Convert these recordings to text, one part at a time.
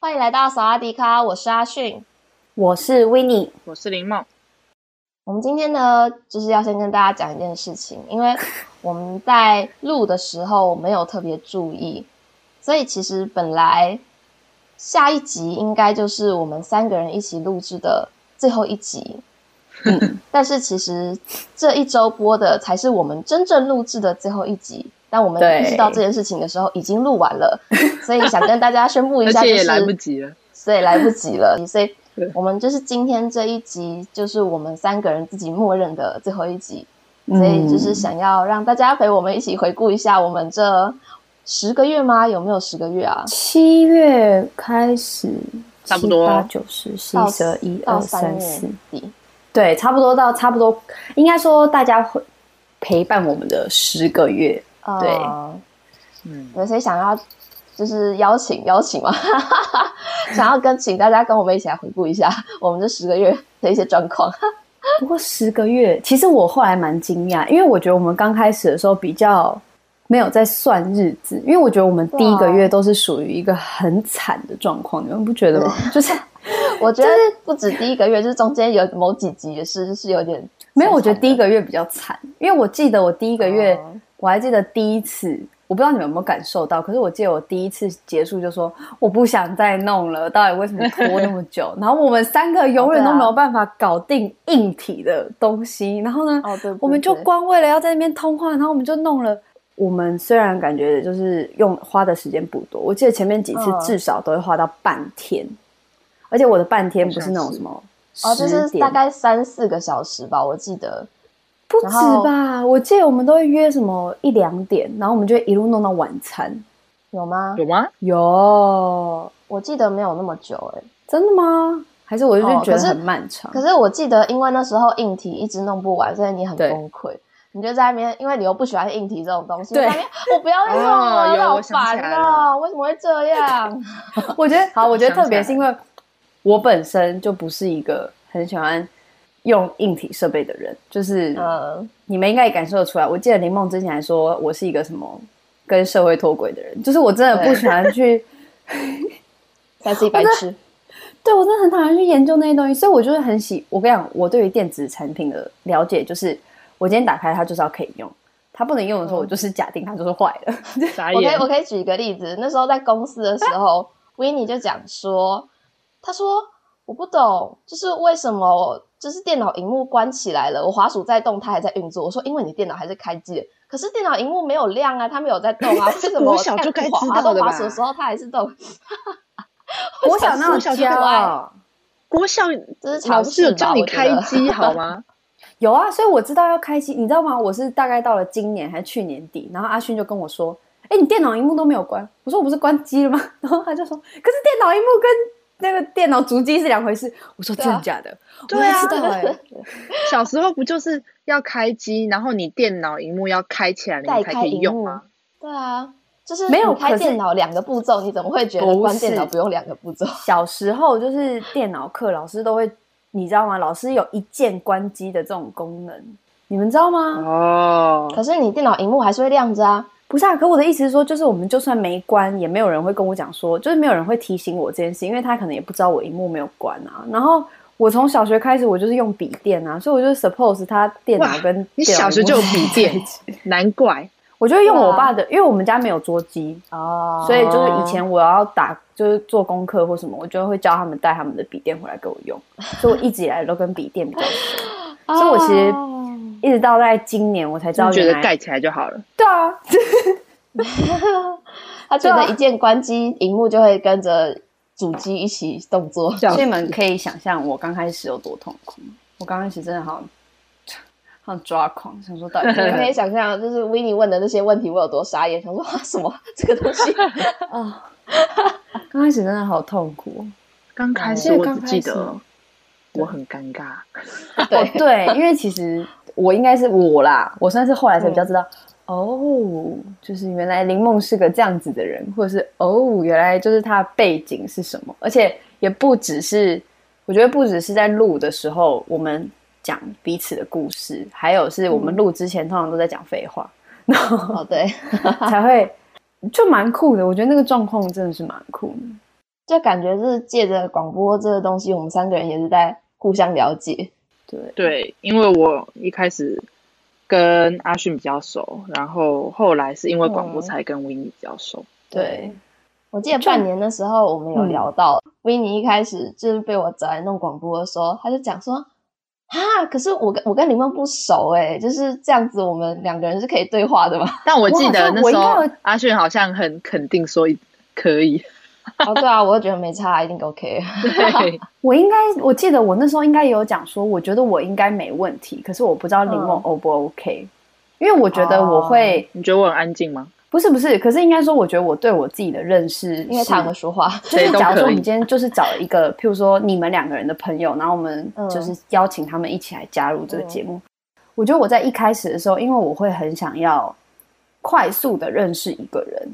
欢迎来到萨瓦迪卡，我是阿迅。我是 w i n n i 我是林梦，我们今天呢，就是要先跟大家讲一件事情，因为我们在录的时候没有特别注意，所以其实本来下一集应该就是我们三个人一起录制的最后一 集，嗯，但是其实这一周播的才是我们真正录制的最后一集。但我们对意识到这件事情的时候，已经录完了，所以想跟大家宣布一 而下，就且也是来不及了。所以来不及 了。所以对我们就是今天这一集，就是我们三个人自己默认的最后一集，所嗯以就是想要让大家陪我们一起回顾一下我们这十个月吗？有没有十个月啊？七月开始，差不多七八九十十到一十二一到二三三月四，底，对，差不多到差不多，应该说大家会陪伴我们的十个月，呃嗯，对，所以想要就是邀请邀请嘛， 想要跟请大家跟我们一起来回顾一下我们这十个月的一些状况。不过十个月，其实我后来蛮惊讶，因为我觉得我们刚开始的时候比较没有在算日子，因为我觉得我们第一啊个月都是属于一个很惨的状况，你们不觉得 吗？就是我觉得不止第一个月，就是中间有某几集也是，就是有点没有，我觉得惨第一个月比较惨，因为我记得我第一个月，哦我还记得第一次，我不知道你们有没有感受到，可是我记得我第一次结束就说我不想再弄了，到底为什么拖那么 久？然后我们三个永远哦对啊都没有办法搞定硬体的东西，然 后呢，哦，对，对我们就对光为了要在那边通话，然后我们就弄了。我们虽然感觉就是用花的时间不多，我记得前面几次嗯至少都会花到半天，而且我的半天不是那种什么哦，就10是点大概三四个小时吧，我记得。不然止后吧？我记得我们都会约什么一两点，然后我们就会一路弄到晚餐。有吗？有吗？有我记得没有那么久哎、真的吗？还是我就哦可觉得是很漫长？可是我记得，因为那时候硬题一直弄不完，所以你很对崩溃，你就在那边，因为你又不喜欢硬题这种东西，对你在那边我不要再弄哦了，有好我想烦起来哦，为什么会这样？我觉得 好，我觉得特别想起是因为我本身就不是一个很喜欢用硬体设备的人，就是嗯，你们应该也感受得出来。我记得林梦之前还说我是一个什么跟社会脱轨的人，就是我真的不对喜欢去。才是一白痴，对我真的很讨厌去研究那些东西，所以我就是很喜。我跟你讲，我对于电子产品的了解就是，我今天打开它就是要可以用，它不能用的时候，嗯我就是假定它就是坏 的。傻我可以眼我，可以举一个例子，那时候在公司的时 候维尼就讲说，他说我不懂，就是为什么就是电脑荧幕关起来了，我滑鼠在动，它还在运作。我说因为你电脑还是开机的，可是电脑荧幕没有亮啊，它没有在动啊，为什么国我小看就该滑知滑道动的滑吧鼠的时候它还是动？我想那我小种时候教国校这是常老识师吧有叫你开 机好？吗？有啊，所以我知道要开机，你知道吗？我是大概到了今年还是去年底，然后阿勋就跟我说：“哎，你电脑荧幕都没有关。”我说：“我不是关机了吗？” 然后他就说：“可是电脑荧幕跟那个电脑主机是两回事。”我说：“对真啊的假的？”对啊我不知道哎、小时候不就是要开机，然后你电脑荧幕要开起来，你再才开可以荧用幕吗？？对啊，就是没有你开可是电脑两个步骤，你怎么会觉得不关电是脑不用两个步骤？ 小时候就是电脑课，老师都会，你知道吗？老师有一键关机的这种功能，你们知道吗？可哦，是你电脑荧幕还是会亮着啊。不是啊，可我的意思是说，就是我们就算没关，也没有人会跟我讲说，就是没有人会提醒我这件事，因为他可能也不知道我荧幕没有关啊。然后我从小学开始，我就是用笔电啊，所以我就 suppose 他电脑哇跟你电脑小学就有荧幕笔电，难怪我就会用对啊我爸的，因为我们家没有桌机，哦所以就是以前我要打，就是做功课或什么，我就会叫他们带他们的笔电回来给我 用，所以我一直以来都跟笔电比较熟，所以我其实一直到在今年我才知道就觉原得来，盖起来就好了。对啊，他觉对得啊一键关机，荧幕就会跟着主机一起动 作。所以你们可以想象我刚开始有多痛苦。我刚开始真的好 像好像抓狂，想说到底你 们可以啊、想象，就是维尼问的那些问题，我有多傻眼，想说啊什么这个东 西，刚开始真的好痛苦哦。刚开哦始我只记刚开得我很尴尬， 对，哦对，因为其实我应该是我啦，我算是后来才比较知道，哦，就是原来林梦是个这样子的人，或者是哦，原来就是他的背景是什么，而且也不只是，我觉得不只是在录的时候我们讲彼此的故事，还有是我们录之前通常都在讲废话，然后哦对，才会就蛮酷的。我觉得那个状况真的是蛮酷的。就感觉是借着广播这个东西，我们三个人也是在互相了解。对对，因为我一开始跟阿迅比较熟，然后后来是因为广播嗯才跟维尼比较熟。对，我记得半年的时候，我们嗯有聊到维尼一开始就是被我找来弄广播的时候，他就讲说：“啊，可是我跟我跟林梦不熟哎、就是这样子，我们两个人是可以对话的嘛 但我我记好得像那我时应该候有阿迅好像很肯定说一 可以，？”哦，对啊，我就觉得没差，一定 OK。对，我应该我记得我那时候应该也有讲说，我觉得我应该没问题，可是我不知道林梦嗯哦 O 不 OK，、因为我觉得我会、你觉得我很安静吗？不是不是，可是应该说，我觉得我对我自己的认识，因为他很会说话，就是谁都假如说可我以们今天就是找一个，譬如说你们两个人的朋友，然后我们嗯就是邀请他们一起来加入这个节目。我觉得我在一开始的时候，因为我会很想要快速的认识一个人，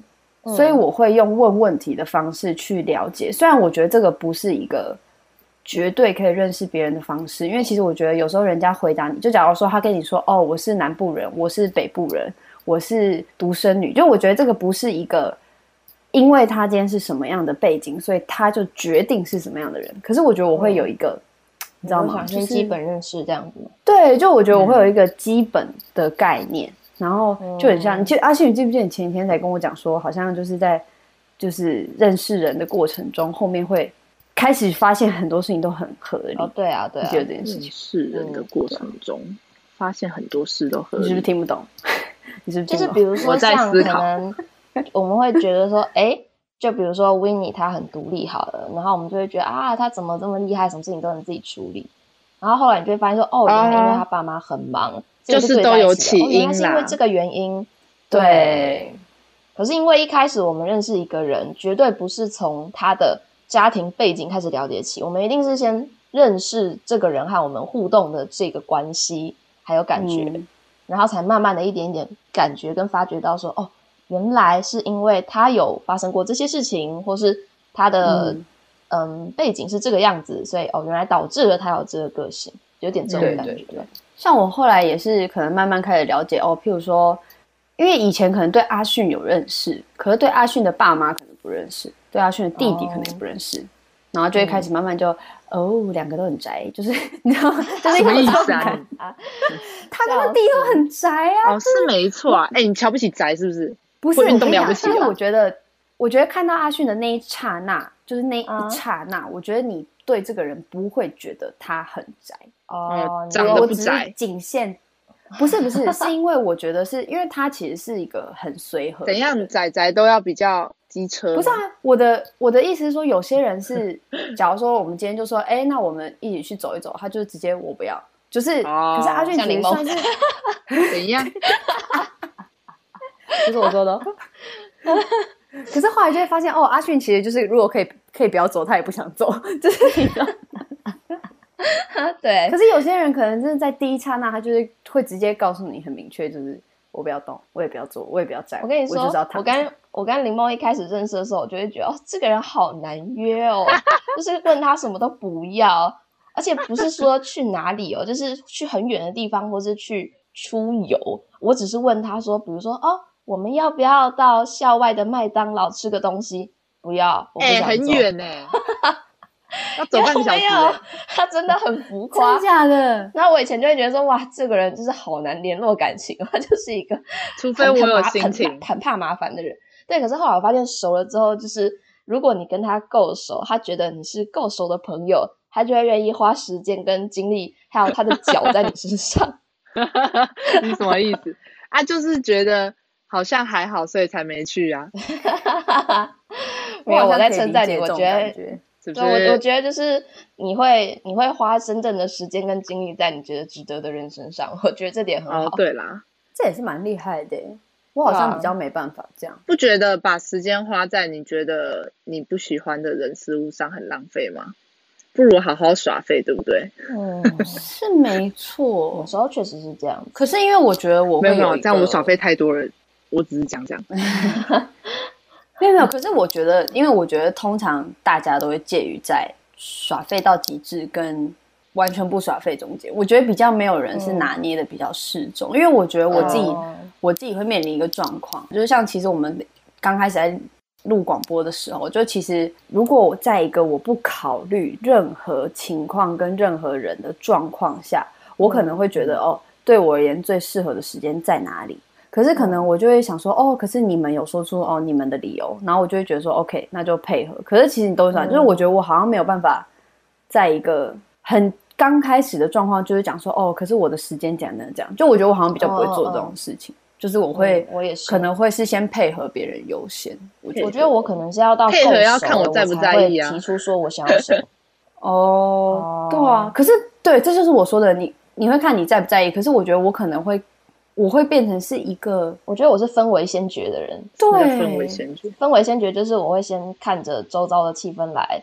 嗯所以我会用问问题的方式去了解。虽然我觉得这个不是一个绝对可以认识别人的方式，因为其实我觉得有时候人家回答你，就假如说他跟你说：“哦，我是南部人，我是北部人，我是独生女。”就我觉得这个不是一个，因为他今天是什么样的背景，所以他就决定是什么样的人。可是我觉得我会有一个， 你知道嗯我吗？想就先是基本认识这样子嘛。对，就我觉得我会嗯有一个基本的概念，然后就很嗯像，你记得阿信，你记不记得你前几天才跟我讲说，好像就是在就是认识人的过程中，后面会开始发现很多事情都很合理，哦，对啊，对你啊记，得这件事认情？识人嗯的过程中，发现很多事都合你是不是理。听不懂？ 你是不是就是听不懂比如说我在像可思考能我们会觉得说，哎，就比如说 w i n n i e 他很独立好了，然后我们就会觉得啊，他怎么这么厉害，什么事情都能自己处理。然后后来你就会发现说，哦，原来因为他爸妈很忙，所以就是对在都有一起的起哦原来是因因为啦这个原因。对，可是因为一开始我们认识一个人，绝对不是从他的家庭背景开始了解起，我们一定是先认识这个人和我们互动的这个关系还有感觉，嗯然后才慢慢的一点一点感觉跟发觉到说，哦，原来是因为他有发生过这些事情，或是他的嗯嗯背景是这个样子，所以哦，原来导致了他有这个个性，有点这种对感觉。对对，像我后来也是可能慢慢开始了解哦，譬如说，因为以前可能对阿迅有认识，可是对阿迅的爸妈可能不认识，对阿迅的弟弟可哦能也不认识。然后就会开始嗯慢慢就、哦，两个都很宅，就是 你知道吗？就是一什么个意超思啊？他跟他弟都很宅啊，哦，是没错啊。哎，你瞧不起宅是不是？不是会运我动跟你了讲不起啊因为我觉得，我觉得看到阿迅的那一刹那，就是那啊嗯一刹那，我觉得你对这个人不会觉得他很宅，哦，长你得有我不只宅是仅限，不是不是，是因为我觉得是因为他其实是一个很随和。怎样，仔仔都要比较机车吗？不是啊，我的我的意思是说，有些人 是，假如说我们今天就说，哎、那我们一起去走一走，他就直接我不要，就是，哦可是阿俊像其柠实檬算 是，怎样？不是 我说的哦。可是后来就会发现，哦，阿迅其实就是，如果可以可以不要走，他也不想走， 就是你知道。对可，是有些人可能真的在第一刹那，他就是会直接告诉你很明确，就是我不要动，我也不要做，我也不要站，我跟你我说就知道，他。我跟我跟林梦一开始认识的时候，我就会觉得哦，这个人好难约哦， 就是问他什么都不要，而且不是说去哪里哦，就是去很远的地方，或是去出游。我只是问他说，比如说哦，我们要不要到校外的麦当劳吃个东西？不要，我不哎，想很走。 远呢，要走半个小时有没有欸。 他真的很浮夸真的。假的？那我以前就会觉得说，哇，这个人就是好难联络感情，他 就是一个除非我很有麻心很情怕很怕麻烦的人。对，可是后来我发现熟了之后，就是如果你跟他够熟，他觉得你是够熟的朋友，他就会愿意花时间跟精力，还有他的脚在你身上。你什么意思啊？就是觉得好像还好，所以才没去啊，没有，好我像在可以称理赞解你，我这觉种感得。觉是不对，啊我我是？觉得就是你会你会花真正的时间跟精力在你觉得值得的人身上，我觉得这点很好。哦，对啦，这也是蛮厉害的耶。我好对啊像比较没办法这样。不觉得把时间花在你觉得你不喜欢的人事物上很浪费吗？不如好好耍废，对不对？ 嗯，是没有错，时候确实是这样。可是因为我觉得我没会有没有，一这样个我耍废太多了。我只是讲讲，没有没有。可是我觉得，因为我觉得通常大家都会介于在耍废到极致跟完全不耍废中间，我觉得比较没有人是嗯拿捏的比较适中。因为我觉得我自己、哦我自己会面临一个状况，就是像其实我们刚开始在录广播的时候，就其实如果我在一个我不考虑任何情况跟任何人的状况下，我可能会觉嗯得哦，对我而言最适合的时间在哪里？可是可能我就会想说，哦，可是你们有说出哦你们的理由，然后我就会觉得说，OK，那就配合。可是其实你都知道，嗯就是我觉得我好像没有办法在一个很刚开始的状况，就是讲说，哦，可是我的时间讲的这样，就我觉得我好像比较不会做这种事情，就是我会、嗯我也是可能会是先配合别人优先。我觉我得觉得我可能是要到配合够要熟看了我在不在意啊我才会提出说我想要什么。哦哦，对啊，可是对，这就是我说的，你你会看你在不在意，可是我觉得我可能会，我会变成是一个我觉得我是氛围先决的人，对那个氛围先决。氛围先决就是我会先看着周遭的气氛来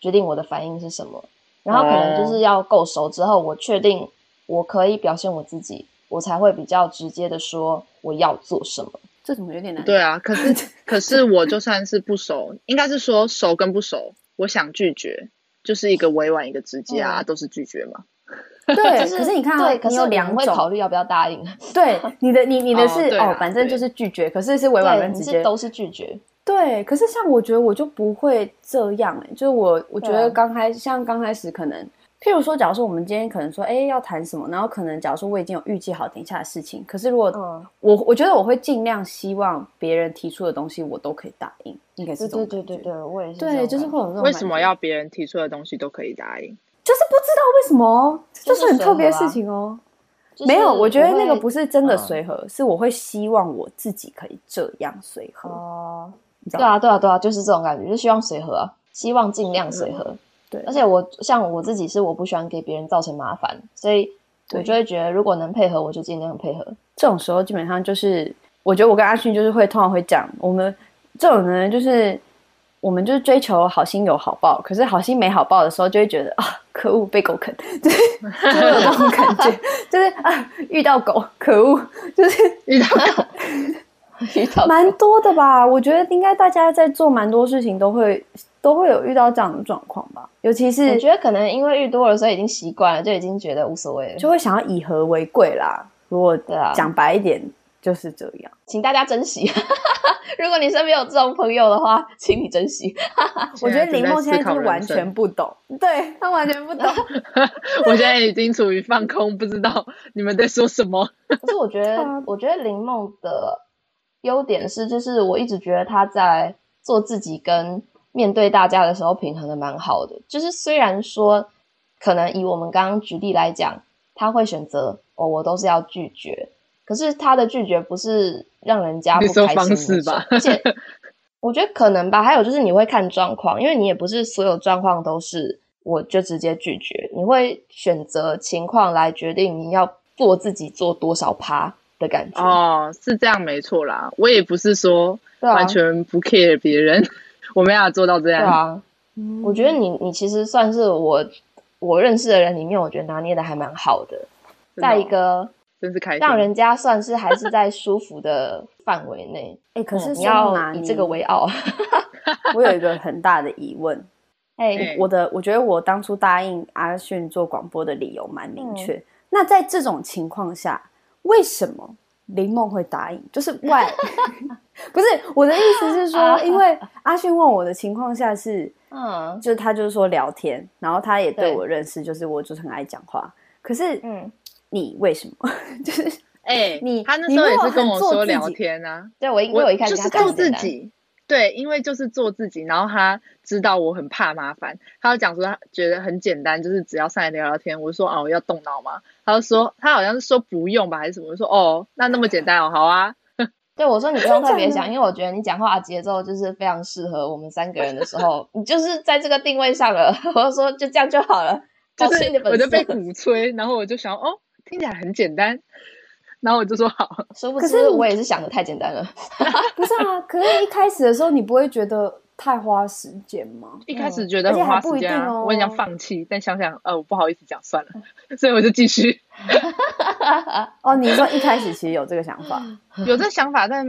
决定我的反应是什么，然后可能哦就是要够熟之后，我确定我可以表现我自己，我才会比较直接的说我要做什么。这怎么有点难？对啊，可是 可是我就算是不熟，应该是说熟跟不熟，我想拒绝就是一个委婉一个直接啊，嗯都是拒绝嘛。对，就是可是你看啊，对，可你是有我两们会考种，虑要不要答应。对，你的你你的哦是对哦啦反正就是拒绝，可是是委婉对，跟你直是接。都是拒绝。对，可是像我觉得我就不会这样、欸，就是我我觉对啊得刚开像刚开始可能，譬如说，假如说我们今天可能说，哎、要谈什么，然后可能假如说我已经有预计好等一下的事情，可是如果嗯，我我觉得我会尽量希望别人提出的东西我都可以答应，应该是对这种对对对感对，我也是这觉种感觉。对，就是会有这种为什感么觉要别人提出的东西都可以答应？就是不知道为什么哦，就这是是很随特别的和啊事情哦。就是没有，我觉得那个会不是真的嗯随和，是我会希望我自己可以这样随和。哦、你知对道啊，对啊，对啊，就是这种感觉，就希望随和、啊，希望尽量随和。嗯对而且我像我自己是我不喜欢给别人造成麻烦，所以我对就会觉得如果能配合，我就尽量配合。这种时候基本上就是，我觉得我跟阿勋就是会通常会讲，我们这种人就是我们就是追求好心有好报，可是好心没好报的时候，就会觉得啊，可恶被狗啃， 就是就是会有这种感觉，就是啊遇到狗可恶，就是遇到 遇到蛮多的吧？我觉得应该大家在做蛮多事情都会都会有遇到这样的状况吧，尤其我是觉得可能因为遇多了，所以已经习惯了，就已经觉得无所谓了。就会想要以和为贵啦。如果对啊讲白一点，就是这样。请大家珍惜。 如果你身边有这种朋友的话，请你珍惜。我觉得林梦现在正在思考就是完人生全不懂，对他完全不懂。 我现在已经处于放空，不知道你们在说什么。 可是我觉得对啊，我觉得林梦的优点是，就是我一直觉得她在做自己跟面对大家的时候平衡的蛮好的。就是虽然说，可能以我们刚刚举例来讲，她会选择哦，我都是要拒绝，可是她的拒绝不是让人家不你说开方心式的吧而且我觉得可能吧。还有就是你会看状况，因为你也不是所有状况都是我就直接拒绝，你会选择情况来决定你要做自己做多少趴的感觉。哦，是这样没错啦，我也不是说对啊完全不 care 别人， 我没办法做到这对样。啊，嗯我觉得你你其实算是我我认识的人里面，我觉得拿捏的还蛮好的，真的哦在一个真是开心，让人家算是还是在舒服的范围 内。嗯哎、可是你说到要哪以里这个 为傲。我有一个很大的疑问。哎、嗯我的我觉得我当初答应阿迅做广播的理由蛮明确。那在这种情况下，为什么林梦会答应？就是外， 不是我的意思是说，因为阿迅问我的情况下是，嗯就是他就是说聊天，然后他也对对我认识，就是我就是很爱讲话。可是嗯，你为什么？就是哎、你他那你时候如也果是跟很我做自说聊己天啊，对我因为我一开始就跟是他讲做得自简单己，对，因为就是做自己，然后他知道我很怕麻烦，他就讲说他觉得很简单，就是只要上来聊聊天。我就说哦，要动脑吗？他就说他好像是说不用吧，还是什么？我说哦，那那么 简单哦，好啊，对，我说你不用特别真的想，因为我觉得你讲话的节奏就是非常适合我们三个人的时候，你就是在这个定位上了。 我就说就这样就好了，就保持是你的我本就被色。鼓吹，然后我就想哦，听起来很简单，然后我就说好， 殊不可知是我也是想的太简单了。不是 啊？可是一开始的时候，你不会觉得太花时间吗？一开始觉得嗯而且很还花不时一间定啊，哦嗯我很想放弃，但想想呃，我不好意思讲算了， 所以我就 继续。哦，你说一开始其实有这个想法有这想法，但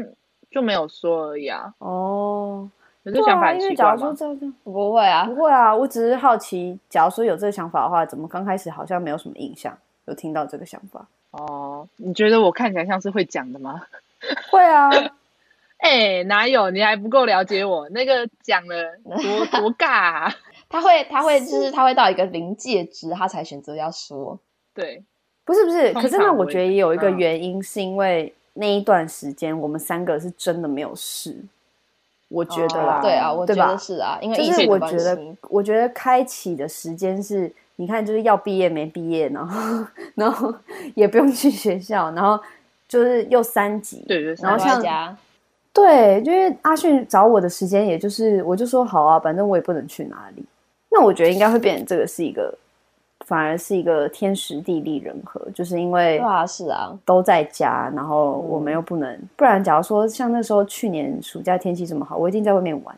就没有说而已啊。哦。有对这想法啊，很因为奇假怪如说吗？这样这样，不会啊不，会啊，我只是好奇，假如说有这个想法的话，怎么刚开始好像没有什么印象，有听到这个想法？ 哦，你觉得我看起来像是会讲的吗？会啊，哎、哪有？你还不够了解我。那个讲了多 多尬、啊，他会他会就是他会到一个临界值，他才选择要说。对，不是不是，通可是那常我为觉得也有一个嗯原因，是因为那一段时间我们三个是真的没有事，我觉得啦，哦对啊，我觉吧得是啊，因为就疫是情我的关觉系。得，我觉得开启的时间是，你看就是要毕业没毕业，然后然后也不用去学校，然后就是又三级，对对，然都后三在像家，对，因为阿迅找我的时间，也就是我就说好啊，反正我也不能去哪里。那我觉得应该会变成这个是一个，反而是一个天时地利人和，就是因为对啊，是啊，都在家，然后嗯我们又不能，不然假如说像那时候去年暑假天气这么好，我一定在外面 玩。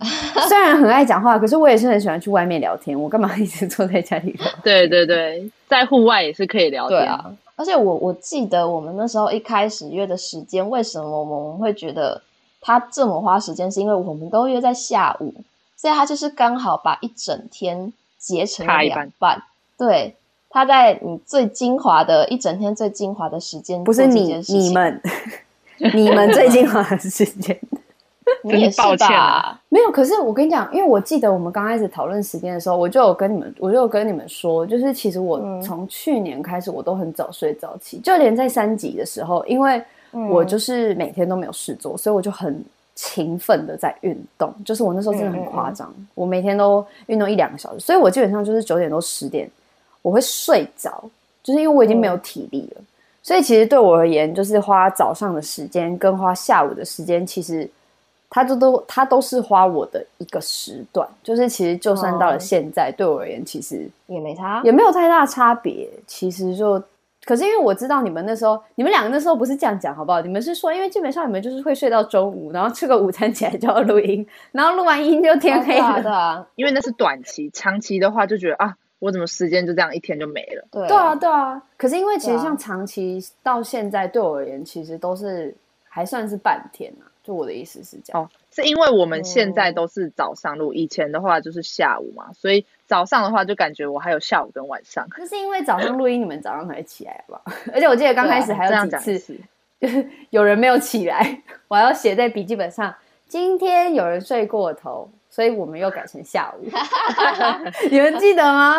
虽然很爱讲话，可是我也是很喜欢去外面聊天，我干嘛一 直坐在家里聊？ 对对对，在户外也是可以聊对天。啊。而且我我记得我们那时候一开始约的时间，为什么我们会觉得他这么花时间，是因为我们都约在下午，所以他就是刚好把一整天截成了卡一两半。对，他在你最精华的一整天最精华的时间不做是这你件事情，你们 你们最精华的时间。你真也是抱是歉吧啊？没有，可是我跟你讲，因为我记得我们刚开始讨论时间的时候，我就有跟你们，我就有跟你们说，就是其实我嗯从去年开始，我都很早睡早起，就连在三级的时候，因为嗯我就是每天都没有事做，所以我就很勤奋的在运动，就是我那时候真嗯的很夸张，我每天都运动一两个小时，所以我基本上就是九点多十点我会睡着，就是因为我已经没嗯有体力了，所以其实对我而言，就是花早上的时间跟花下午的时间，其实它就都它都是花我的一个时段，就是其实就算到了哦现在，对我而言其实也没差，也没有太大差别，其实就。可是因为我知道你们那时候，你们两个那时候不是这样讲好不好？你们是说，因为基本上你们就是会睡到中午，然后吃个午餐起来就要录音，然后录完音就天哦黑对啊，对 了。啊，因为那是短期，长期的话就觉得啊，我怎么时间就这样一天就没了？对对啊，对啊。可是因为其对实啊像长期到现在，对我而言其实都是还算是半天啊。就我的意思是这样。哦，是因为我们现在嗯哦都是早上录，以前的话就是下午嘛，所以早上的话就感觉我还有下午跟晚上。那是因为早上录音，你们早上才会起来，好不好？ 而且我记得刚开始对还啊这有样几讲次也，是就是有人没有起来，我还要写在笔记本上。今天有人睡过头，所以我们又改成下 午。你们记得吗？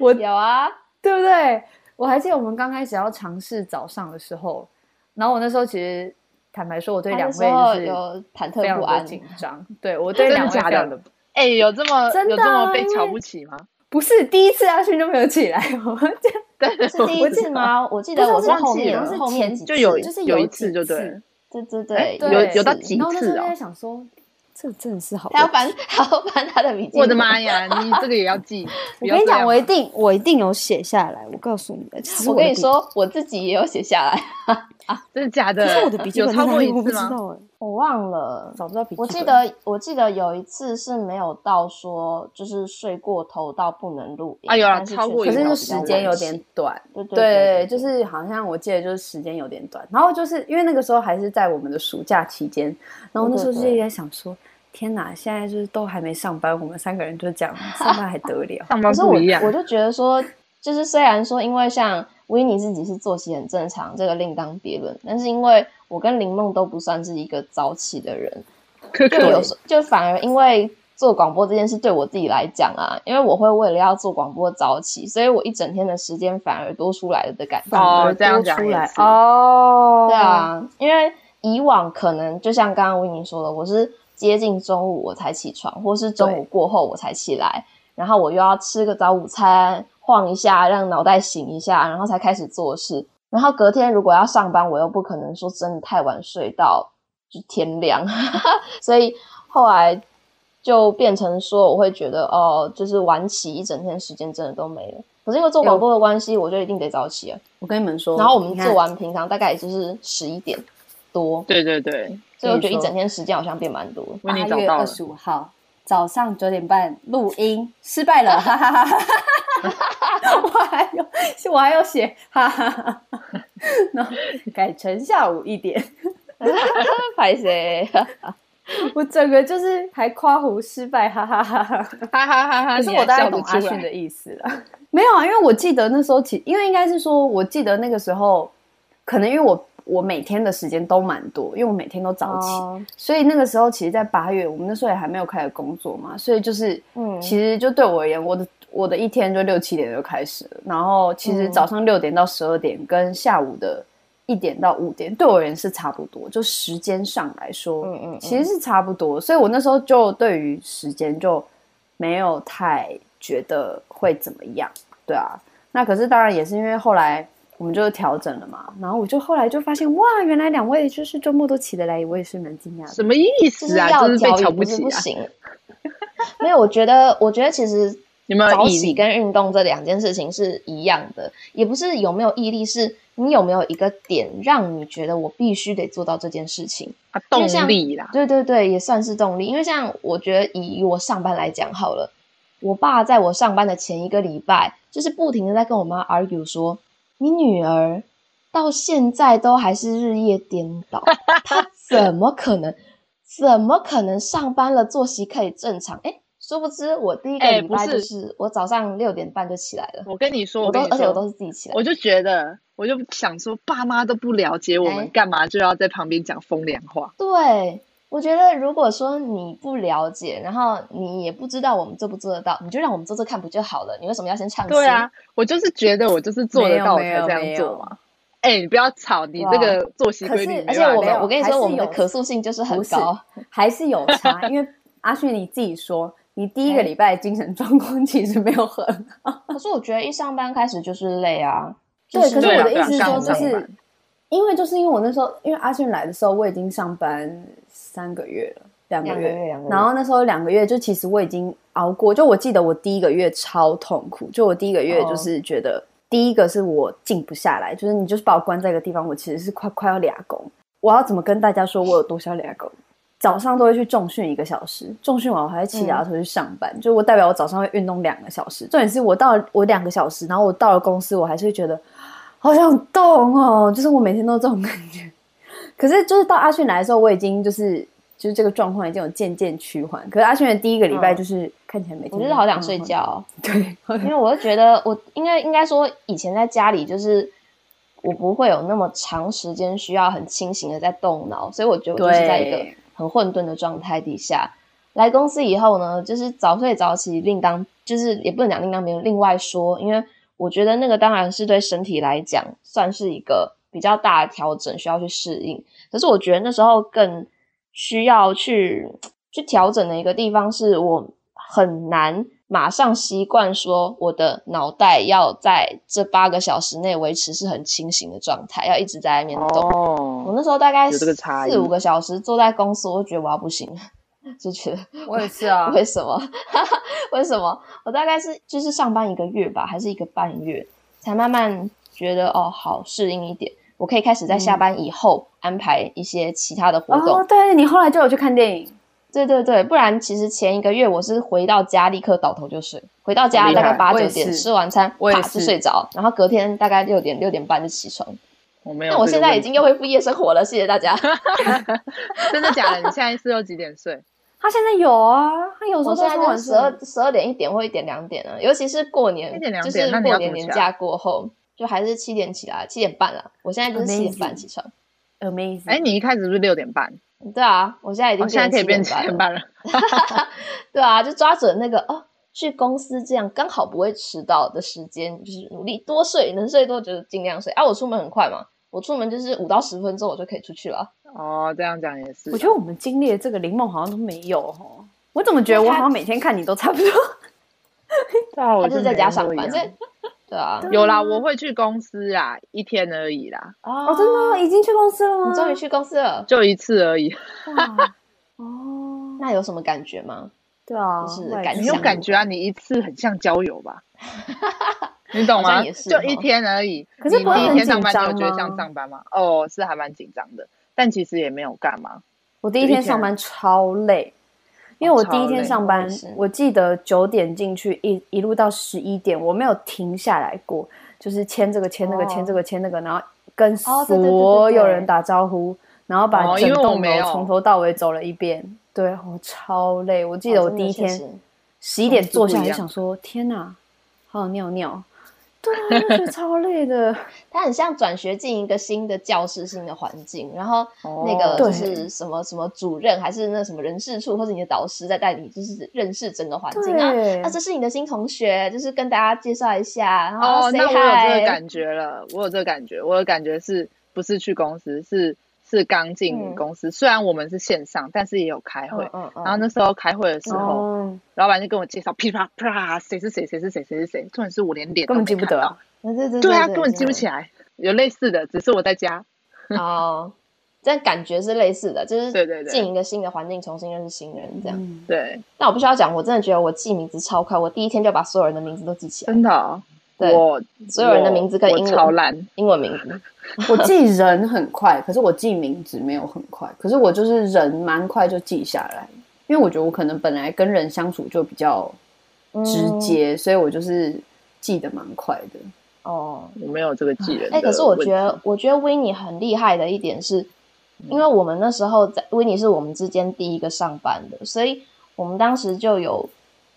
我有啊，对不对？我还记得我们刚开始要尝试早上的时候，然后我那时候其实坦白说，我对他两那位时候就是有忐非忑常不的安，紧张。对 我对真的两位非假的常的哎、有这么、真的有这啊么被因为瞧不起吗？不是第一次阿勋都没有起来，我这样对，是第 一次吗？我记得我不是是后忘记面了是后面前几就次有就是有有一几次就对次了，对对对，对有有到几几然后那时候次就在哦？想说，这真的是好他要问翻 他要翻他的笔记，我的！妈呀，你这个也要记？ 我不要跟你这讲，样啊我一嘛定，我一定有写下来。我告诉你，这是我的跟你笔，说，我自己也有写下来，真的假可的？是我的笔记有本在超哪过里一我不次知吗？道哎，我忘了。找不到笔记本。我记得我记得有一次是没有到说就是睡过头到不能录音，哎有啦但是超过？确可实是有就比较时间有晚点起，短，对对对，对，就对是好像我记得就是时间有点短，然后就是因为那个时候还是在我们的暑假期间，然后那时候就对对一直在想说，天哪，现在就是都还没上班，我们三个人就这样，上班还得了 上可班是不一样我我，就觉得说，就是虽然说，因为像维尼自己是作息很正常，这个另当别论。但是因为我跟林梦都不算是一个早起的人，可就可有时候就反而因为做广播这件事对我自己来讲啊，因为我会为了要做广播早起，所以我一整天的时间反而多出来了的感觉。反而哦这样多讲出也来是哦，对，啊，因为以往可能就像刚刚维尼说的，我是接近中午我才起床，或是中午过后我才起来，然后我又要吃个早午餐，晃一下，让脑袋醒一下，然后才开始做事。然后隔天如果要上班，我又不可能说真的太晚睡到就天亮， 所以后来就变成说，我会觉得哦，就是晚起一整天时间真的都没了。可是因为做广播的关系，我就一定得早起啊。我跟你们说，然后我们你看做完平常大概也就是十一点多， 对对对，所以我跟觉得你一说整天时间好像变蛮多。 为你8找月到二了。十五号早上九点半录音失败 了，哈哈哈哈哈哈！我还有我还有写，哈哈哈 哈，然后改成下午一点，拍欸谁？我整个就是还夸胡失败，哈哈哈哈！哈哈哈哈！可是你我还大概笑懂得阿出迅来的意思了。没有啊，因为我记得那时候起，因为应该是说，我记得那个时候，可能因为我我每天的时间都蛮多，因为我每天都早起，哦所以那个时候其实，在八月，我们那时候也还没有开始工作嘛，所以就是，嗯其实就对我而言，我的我的一天就六七点就开始了，然后其实嗯早上六点到十二点跟下午的一点到五点，对我而言是差不多，就时间上来说，嗯嗯嗯其实是差不多，所以我那时候就对于时间就没有太觉得会怎么样，对啊，那可是当然也是因为后来我们就调整了嘛，然后我就后来就发现哇，原来两位就是周末都起得来，我也是蛮惊讶的。什么意就是思啊？要就是被调瞧也不是起不啊！ 行。没有，我觉得，我觉得其实你们早有毅起力，跟运动这两件事情是一样的，也不是有没有毅力，是你有没有一个点让你觉得我必须得做到这件事情。啊，因动为像力啦，对对对，也算是动力。因为像我觉得以我上班来讲好了，我爸在我上班的前一个礼拜，就是不停的在跟我妈 argue 说，你女儿到现在都还是日夜颠倒， 她怎么可能，怎么可能上班了作息可以正常？哎，殊不知我第一个哎礼不拜就是是我早上六点半就起来了，我跟你说，我跟都你而且我说，都是自己起来的。我就觉得，我就想说，爸妈都不了解我哎们，干嘛就要在旁边讲风凉话？对，我觉得如果说你不了解，然后你也不知道我们做不做得到，你就让我们做做看不就好了？你为什么要先唱戏？对啊，，我就是觉得我就是做没得有到，我没才有这没样有做嘛。哎，你不要吵，你这个作息可规是律没而办且法我弄，没们有我跟你还说，是我们的有可塑性就是很不是高。 还是有差， 因为阿旭你自己说，你第一个礼拜的精神状况其实没有很好。可是我觉得一上班开始就是累啊。就对，可是对我啊的对意啊思是刚说，好就上是班因为就是因为我那时候，因为阿俊来的时候，我已经上班三个月了，两个两个月，月两个然后那时候两个月，就其实我已经熬过。就我记得我第一个月超痛苦，就我第一个月哦就是觉得，第一个是我静不下来，就是你就是把我关在一个地方，我其实是快快要俩工，我要怎么跟大家说我有多少俩工？早上都会去重训一个小时，重训完我还会骑嗯脚踏车去上班，就我代表我早上会运动两个小时。重点是我到了我两个小时，然后我到了公司，我还是会觉得好想动哦，就是我每天都这种感觉。可是就是到阿迅来的时候，我已经就是就是这个状况已经有渐渐趋缓。可是阿迅的第一个礼拜嗯就是、看起来每天我就是好想嗯睡，觉哦、 对，好因为我就觉得我应该应该说以前在家里就是。我不会有那么长时间需要很清醒的在动脑，所以我觉得我就是在一个对很混沌的状态底下。来公司以后呢，就是早睡早起，另当就是也不能讲另当别论，另外说，因为我觉得那个当然是对身体来讲算是一个比较大的调整，需要去适应。可是我觉得那时候更需要去去调整的一个地方是我很难马上习惯说我的脑袋要在这八个小时内维持是很清醒的状态，要一直在那边动。我哦，那时候大概有这个差异四五个小时坐在公司，我就觉得我要不行了， 就觉得我也是 啊为什么？ 为什么？我大概是就是上班一个月吧，还是一个半月，才慢慢觉得哦，好适应一点。我可以开始在下班以后安排一些其他的活动。嗯哦，对你后来就有去看电影，对对对，不然其实前一个月我是回到家立刻倒头就睡，回到家很厉大害概八我九也点是吃完餐，我也啪就是睡着，然后隔天大概六点六点半就起床。我没有那这个问我题。现在已经又恢复夜生活了，谢谢大家。真的假的？你现在是又几点睡？他现在有啊，他有时候我都现在超晚就睡十二十二点一点或一点两点啊，尤其是过年，一点两就点是那你过要年怎么年起来假过后，就还是七点起来，七点半啦。我现在就是七点 Amazing 半起床。 amazing。哎，你一开始是不是六点半？对啊，我现在已经哦，现在可以变七7点点半了。半了。对啊，就抓准那个哦，去公司这样刚好不会迟到的时间，就是努力多睡，能睡多就尽量睡。啊，我出门很快嘛，我出门就是五到十分钟我就可以出去了。哦，这样讲也是。我觉得我们经历的这个林梦好像都没有哦，我怎么觉得我好像每天看你都差不多？ 对啊，他我就是是在家上没有班，一所样以对啊，对有啦，我会去公司啦，一天而已啦，哦 哦，真的哦已经去公司了吗？你终于去公司了，就一次而已，哇哦，那有什么感觉吗？对啊，就是我也感觉很得有想感觉啊！你一次很像交友 吧，你懂好吗？像也是就哦一天而已。可是你不会你一很天上班，紧你张有觉得吗像上班吗？哦，是还蛮紧张的，但其实也没有干嘛。我第一天上班超累，因为我第一天上哦超班累我也是，我记得九点进去一一路到十一点，我没有停下来过，就是签这个签那个哦签这个签那个，然后跟哦对对对对所有对人打招呼，然后把哦因整为我栋没楼有从头到尾走了一遍。对，我超累，我记得哦我真的第一确天实十一点坐下来不就一样想说，天哪，好想尿尿。对啊，我就觉得超累 的。它很像转学进一个新的教室、新的环境，然后那个哦就是什么什么主任，还是那什么人事处，或者你的导师在带你，就是认识整个环境啊。对啊，这是你的新同学，就是跟大家介绍一下，然后哦， say 那我有这 hi 个。感觉了，我有这个感觉，我的感觉是不是去公司，是是刚进嗯公司，虽然我们是线上，但是也有开会嗯。嗯嗯，然后那时候开会的时候，哦，老板就跟我介绍噼啪啪，谁是谁，谁是谁，谁是谁，重点是我连脸都根本没记不看得到啊。对对对对啊，对根本记不起来。有类似的，只是我在家。哦，但感觉是类似的，就是对对对进一个新的环境，重新认识新人这样。嗯对，但我必须要讲，我真的觉得我记名字超快，我第一天就把所有人的名字都记起来，真的哦、对我所有人的我名字跟我英文超烂。英文名字。我记人很快，可是我记名字没有很快，可是我就是人蛮快就记下来，因为我觉得我可能本来跟人相处就比较直嗯接，所以我就是记得蛮快的。哦，我没有这个技能。哎、可是我觉得，，我觉得维尼很厉害的一点是，嗯因为我们那时候在维尼是我们之间第一个上班的，所以我们当时就有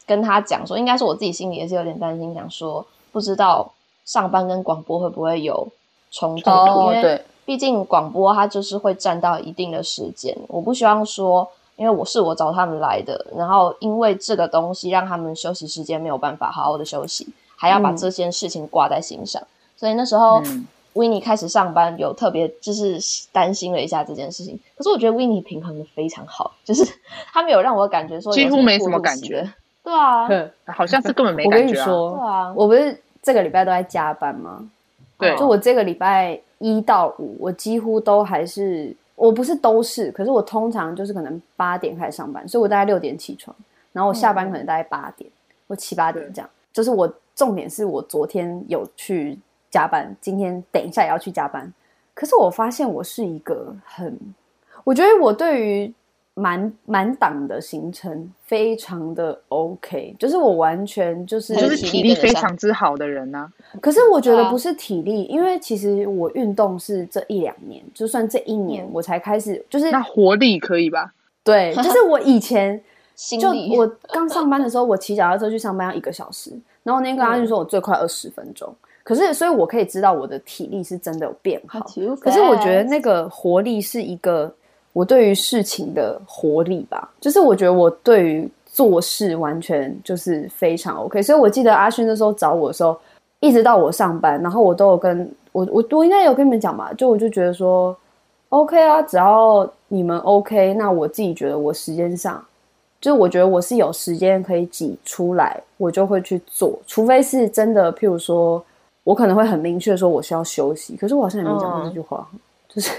跟他讲说，应该是我自己心里也是有点担心，讲说不知道上班跟广播会不会有冲突，哦因为对毕竟广播它就是会占到一定的时间，我不希望说。因为我是我找他们来的，然后因为这个东西让他们休息时间没有办法好好的休息，还要把嗯这件事情挂在心上，所以那时候嗯维尼开始上班，有特别就是担心了一下这件事情。可是我觉得维尼平衡的非常好，就是 他没有让我感觉说有几乎没什过么渡感期觉的。对啊，好像是根 本没我跟感你觉、啊。对说，啊，我不是这个礼拜都在加班吗？对，就我这个礼拜一到五，我几乎都还是，我不是都是，可是我通常就是可能八点开始上班，所以我大概六点起床，然后我下嗯班可能大概八点或七八点这样。就是我重点是我昨天有去加班，今天等一下也要去加班。可是我发现我是一个很，我觉得我对于满满档的行程非常的 OK，就是我完全就是你就是体体力力跟得非上常之好的人呢、可是我觉对得啊不是体力，因为其实我运动是这一两年，就算这一年嗯我才开始，就是那活力可以吧？ 对，就是我以前心就力我刚上班的时候，我骑脚踏车去上班要一个小时，然后我那天跟他就说我最快二十分钟，可是所以我可以知道我的体力是真的有变好，可是我觉得那个活力是一个我对于事情的活力吧，就是我觉得我对于做事完全就是非常 OK。所以我记得阿勋那时候找我的时候，一直到我上班，然后我都有跟我我我应该有跟你们讲吧，就我就觉得说 OK 啊，只要你们 OK，那我自己觉得我时间上。就是我觉得我是有时间可以挤出来，我就会去做，除非是真的，譬如说，我可能会很明确地说我需要休息，可是我好像也没讲过这句话。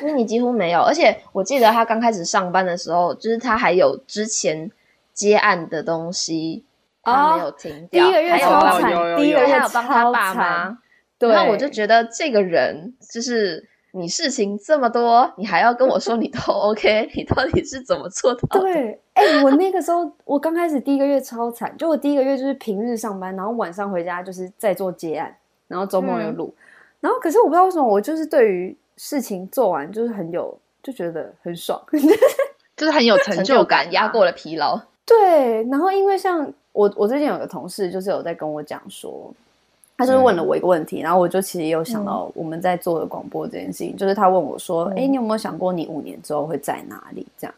因为你几乎没有，而且我记得他刚开始上班的时候，就是他还有之前接案的东西，他没有停第掉，一个月还有超帮有有有啊惨，第一个对月还有帮他超爸惨。妈。对，那我就觉得这个人就是你事情这么多，你还要跟我说你都 OK，你到底哦是怎么做到的？对，哎、我那个时候，我刚开始第一个月超惨，就我第一个月就是平日上班，然后晚上回家就是在做接案，然后周末有嗯录，然后可是我不知道为什么，我就是对于事情做完就是很有，就觉得很爽。就是很有成成就感、感压。过了疲劳。对，然后因为像我，我最近有个同事就是有在跟我讲说，他就是嗯问了我一个问题，然后我就其实有想到我们在做的广播这件事情，就是他问我说：“哎、嗯你有没有想过你五年之后会在哪里？”这样，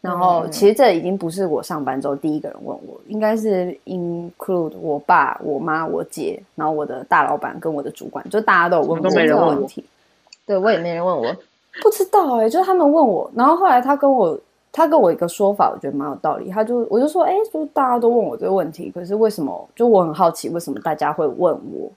然后嗯其实这已经不是我上班之后第一个人问我，应该是 include 我爸、我妈、我姐，然后我的大老板跟我的主管，就大家都有问过怎么都这没人个问问我题。对我也没人问 我，不知道哎、就是他们问我，然后后来他跟我，他跟我一个说法，我觉得蛮有道理。他就我就说，哎、就大家都问我这个问题，可是为什么？就我很好奇，为什么大家会问我？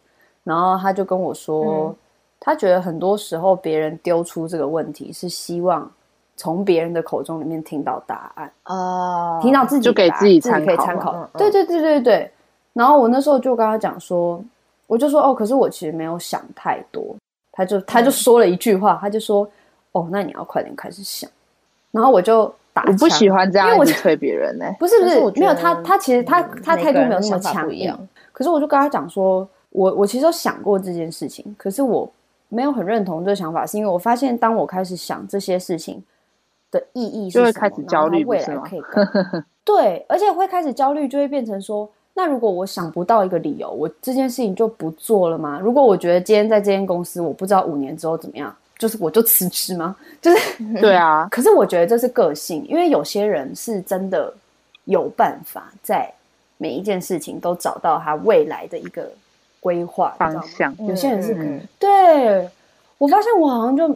然后他就跟我说，嗯他觉得很多时候别人丢出这个问题，是希望从别人的口中里面听到答案。啊，听到自己就给的啊自己自己可以参参考嘛嗯。考嗯对对对对对。然后我那时候就跟他讲说，我就说哦，可是我其实没有想太多。他就他就说了一句话，他就说哦，那你要快点开始想。然后我就打我不枪喜欢这因样为我一直推别人呢、欸 不是不可是我是觉没有得他他其实他嗯他每态个度人没有的那么想法不强一硬样。可是我就跟他讲说，我我其实有想过这件事情，可是我没有很认同这个想法，是因为我发现当我开始想这些事情的意义是就会什么开始焦虑然后它未不是来吗可以干嘛对，而且会开始焦虑，就会变成说，那如果我想不到一个理由，我这件事情就不做了吗？如果我觉得今天在这间公司，我不知道五年之后怎么样，就是我就辞职吗？就是嗯对啊，可是我觉得这是个性，因为有些人是真的有办法在每一件事情都找到他未来的一个规划你知道方吗向，有些人是可嗯对，我发现我好像就，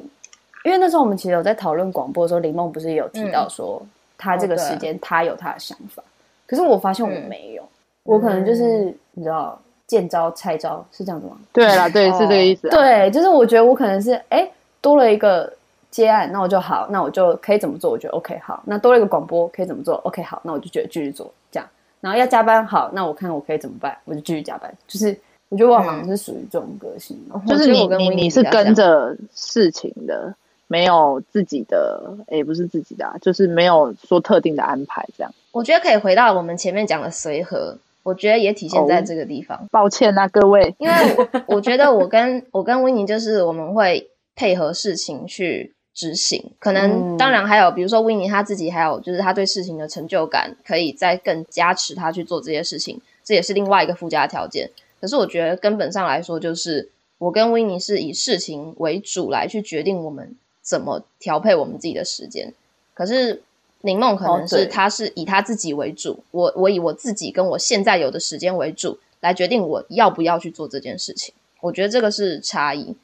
因为那时候我们其实有在讨论广播的时候，林梦不是也有提到说，他这个时嗯间、他有他的想法，可是我发现我没有，我可能就是、你知道见招拆招是这样子吗？对啦，对，是这个意思哦啊。对，就是我觉得我可能是哎多了一个接案，那我就好，那我就可以怎么做？我觉得 OK 好，那多了一个广播可以怎么做？OK 好，那我就觉得继续做这样。然后要加班好，那我看我可以怎么办？我就继续加班。就是我觉得我好嗯像是属于这种个性的，就是我觉得你我跟你 Winnie 你是比较跟像着事情的，没有自己的，也不是自己的、啊，就是没有说特定的安排这样。我觉得可以回到我们前面讲的随和，我觉得也体现在哦这个地方。抱歉啊，各位，因为我我觉得我跟我跟温妮就是我们会配合事情去执行，可能嗯当然还有比如说温妮她自己还有就是她对事情的成就感，可以再更加持她去做这些事情，这也是另外一个附加条件。可是我觉得根本上来说，就是我跟温妮是以事情为主来去决定我们怎么调配我们自己的时间，可是。林梦可哦能是对她是以她自己为主，我我以我自己跟我现在有的时间为主，来决定我要不要去做这件事情。我觉得这个是差异，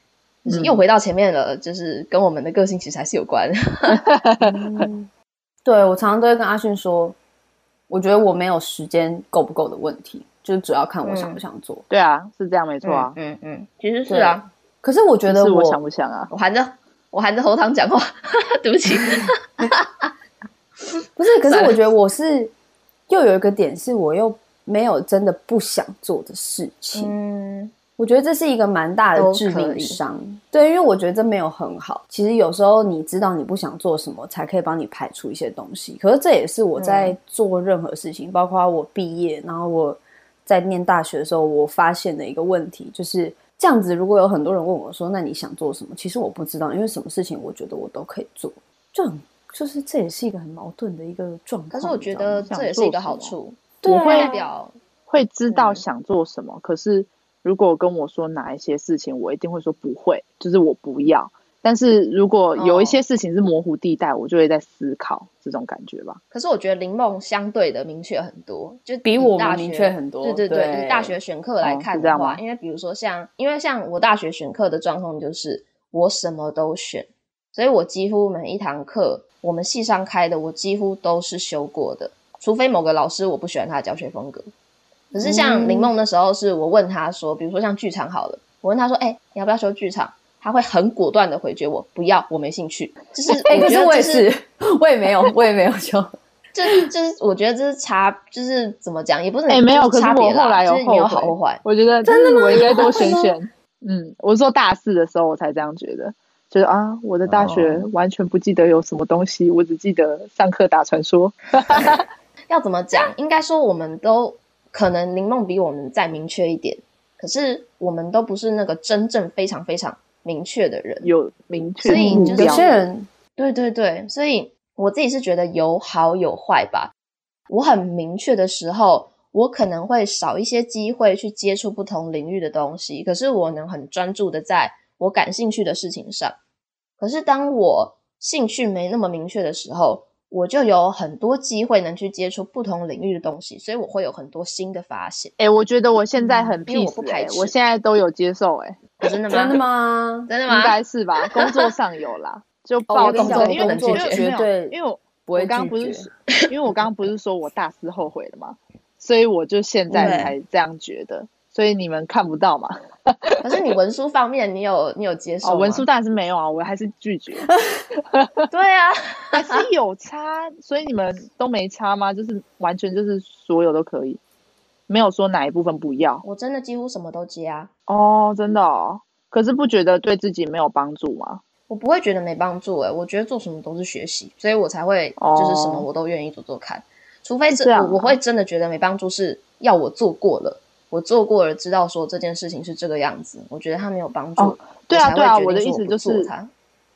就是嗯又回到前面了，就是跟我们的个性其实还是有关。 对我常常都会跟阿迅说，我觉得我没有时间够不够的问题，就是主要看我想不想做。对啊，是这样没错啊，嗯嗯嗯，其实是啊，可是我觉只得是我我想不想啊？我含着我含着喉糖讲话， 对不起。不是，可是算了我觉得我是又有一个点是我又没有真的不想做的事情，嗯，我觉得这是一个蛮大的致都可命以伤。对，因为我觉得这没有很好。其实有时候你知道你不想做什么，才可以帮你排除一些东西。可是这也是我在嗯做任何事情，包括我毕业，然后我在念大学的时候，我发现的一个问题就是。这样子，如果有很多人问我说：“那你想做什么？”其实我不知道，因为什么事情我觉得我都可以做，就很就是这也是一个很矛盾的一个状况。可是我觉你知道吗得这也是一个好处，对不啊代表会知道嗯想做什么，可是如果跟我说哪一些事情，我一定会说不会，就是我不要。但是如果哦有一些事情是模糊地带，我就会在思考这种感觉吧。可是我觉得林梦相对的明确很多，就比以我们大明学确很多对对对，对以大学选课来哦看是这的样话，吗因为比如说像，因为像我大学选课的状况就是我什么都选，所以我几乎每一堂课我们系上开的，我几乎都是修过的，除非某个老师我不喜欢他的教学风格。可是像嗯林梦那时候，是我问他说，比如说像剧场好了，我问他说，哎、你要不要修剧场？他会很果断的回绝我，不要，我没兴趣。就是哎、我可觉是得我也这是， 我也没有，我也没有修。这 就是我觉得这是差，就是怎么讲，也不是哎就是没有可是差别我啦后来有就是你有后悔好或坏，我觉得真的，我应该多选选。嗯，我是说大四的时候我才这样觉得，就是啊，我的大学哦完全不记得有什么东西，我只记得上课打传说。要怎么讲？应该说我们都可能林梦比我们再明确一点，可是我们都不是那个真正非常非常明确的人。有明确所以目就标是有些人对对对，所以我自己是觉得有好有坏吧。我很明确的时候，我可能会少一些机会去接触不同领域的东西，可是我能很专注的在我感兴趣的事情上。可是当我兴趣没那么明确的时候，我就有很多机会能去接触不同领域的东西，所以我会有很多新的发现。哎、我觉得我现在很因为 peace，、我不排欸斥我现在都有接受、欸，哦 真的吗？真的？吗？真的应吗？该是吧？工作上有啦，就哦抱我着跟你小讲的我不能拒因为绝没有绝对因为我不会我刚刚不拒是绝说，因为我刚刚不是说我大四后悔了嘛，所以我就现在对才这样觉得，所以你们看不到嘛。可是你文书方面，你有你有接受哦，吗？文书当然是没有啊，我还是拒绝，对啊，还是有差，所以你们都没差吗？就是完全就是所有都可以，没有说哪一部分不要我真的几乎什么都接啊。哦，真的哦。可是不觉得对自己没有帮助吗？我不会觉得没帮助欸诶、我觉得做什么都是学习，所以我才会哦就是什么我都愿意做做看，除非是这这样啊我我会真的觉得没帮助，是要我做过了，我做过了知道说这件事情是这个样子，我觉得它没有帮助。哦对我才啊，会对啊，决定我的说意思不就做是它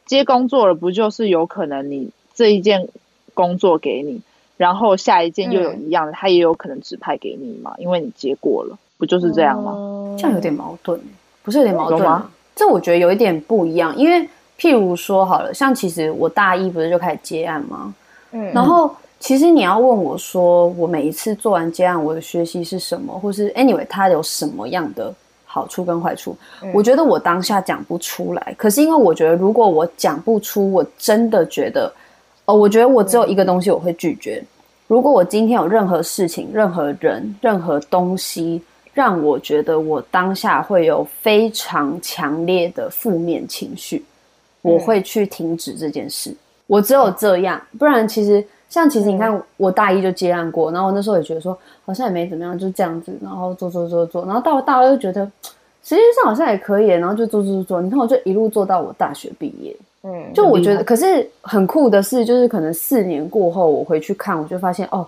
接工作了，不就是有可能你这一件工作给你，然后下一件又有一样的，他也有可能指派给你嘛，因为你结过了，不就是这样吗？嗯这样有点矛盾，欸不是有点矛盾有吗？这我觉得有一点不一样，因为譬如说好了，像其实我大一不是就开始接案吗？嗯，然后其实你要问我说，我每一次做完接案，我的学习是什么，或是 anyway 它有什么样的好处跟坏处？嗯我觉得我当下讲不出来，可是因为我觉得如果我讲不出，我真的觉得，哦，我觉得我只有一个东西我会拒绝。如果我今天有任何事情、任何人、任何东西，让我觉得我当下会有非常强烈的负面情绪，我会去停止这件事。我只有这样，不然其实像其实你看，我大一就接案过，然后我那时候也觉得说好像也没怎么样，就这样子，然后做做做做，然后到了大二又觉得实际上好像也可以，然后就做做做做，你看我就一路做到我大学毕业。嗯，就我觉很厉得，可是很酷的是，就是可能四年过后我回去看，我就发现哦，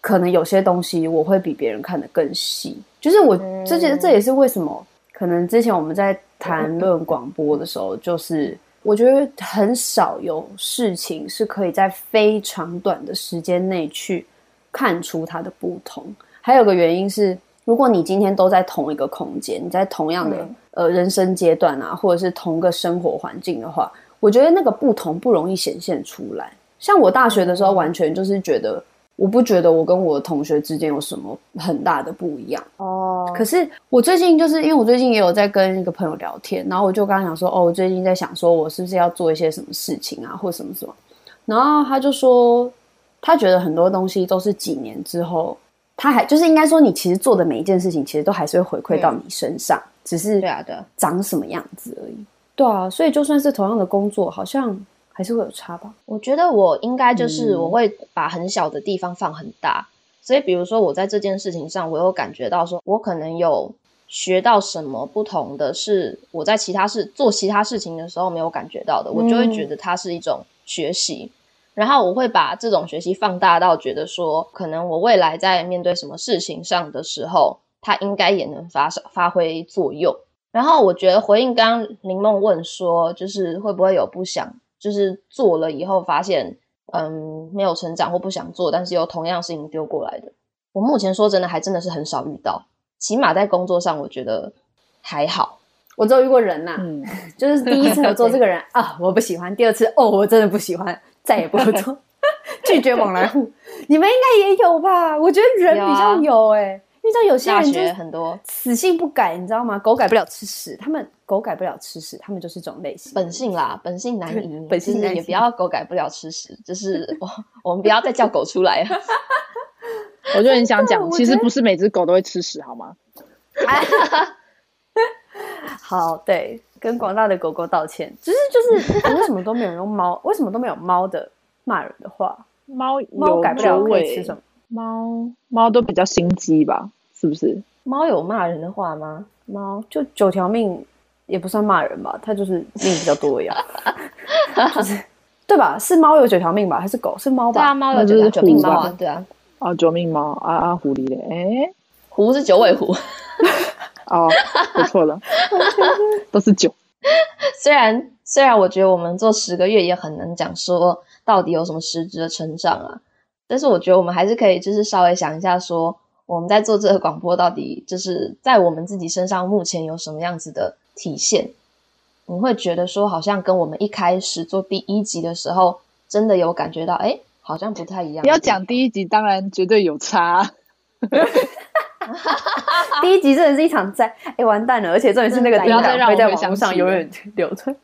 可能有些东西我会比别人看得更细。就是我嗯嗯这这这也是为什么，可能之前我们在谈论广播的时候，就是我觉得很少有事情是可以在非常短的时间内去看出它的不同。还有个原因是，如果你今天都在同一个空间，你在同样的、嗯呃人生阶段啊，或者是同个生活环境的话，我觉得那个不同不容易显现出来。像我大学的时候，完全就是觉得，我不觉得我跟我同学之间有什么很大的不一样。哦，可是我最近就是因为我最近也有在跟一个朋友聊天，然后我就刚刚想说，哦，我最近在想说我是不是要做一些什么事情啊，或什么什么，然后他就说，他觉得很多东西都是几年之后，他还就是应该说你其实做的每一件事情，其实都还是会回馈到你身上，只是对啊对啊长什么样子而已。对啊，所以就算是同样的工作，好像还是会有差吧。我觉得我应该就是嗯我会把很小的地方放很大，所以比如说我在这件事情上，我有感觉到说我可能有学到什么不同的是我在其他事做其他事情的时候没有感觉到的，我就会觉得它是一种学习。然后我会把这种学习放大到觉得说，可能我未来在面对什么事情上的时候，它应该也能发发挥作用。然后我觉得回应刚刚林梦问说，就是会不会有不想，就是做了以后发现，嗯，没有成长或不想做，但是又同样事情丢过来的。我目前说真的，还真的是很少遇到，起码在工作上，我觉得还好。我只有遇过人呐、嗯，就是第一次合作 这个人啊，我不喜欢；第二次哦，我真的不喜欢，再也不合 作，拒绝往来户。你们应该也有吧？我觉得人比较有哎、因为像有些啊大人就学是很多死性不改，你知道吗？狗改不了吃屎，他们狗改不了吃屎，他们就是这种类型。本性啦，本性难移，本性就是难也移不要狗改不了吃屎，就是我我们不要再叫狗出来了。 我就很想我讲，觉其实得不是每只狗都会吃屎，好吗？好，对，跟广大的狗狗道歉。只是 就是，啊为什么都没有人用猫？为什么都没有猫的骂人的话？猫有猫改不了可以吃什么？么？猫猫都比较心机吧，是不是？猫有骂人的话吗？猫就九条命也不算骂人吧，它就是命比较多 一样，就是对吧？是猫有九条命吧？还是狗？是猫对啊，吧？猫有那就九是九命虎猫啊吧，对啊，啊，救命猫啊啊，狐狸嘞，哎、狐是九尾狐。哦，我错了，都是九。虽然虽然我觉得我们做十个月也很难讲说到底有什么实质的成长啊，但是我觉得我们还是可以就是稍微想一下说我们在做这个广播到底就是在我们自己身上目前有什么样子的体现？你会觉得说好像跟我们一开始做第一集的时候真的有感觉到，哎，好像不太一样。你要讲第一集，当然绝对有差。第一集真的是一场灾，哎、完蛋了！而且重点是那个真的地灾方难啊不会要再让我在网回络想上起永远 流传。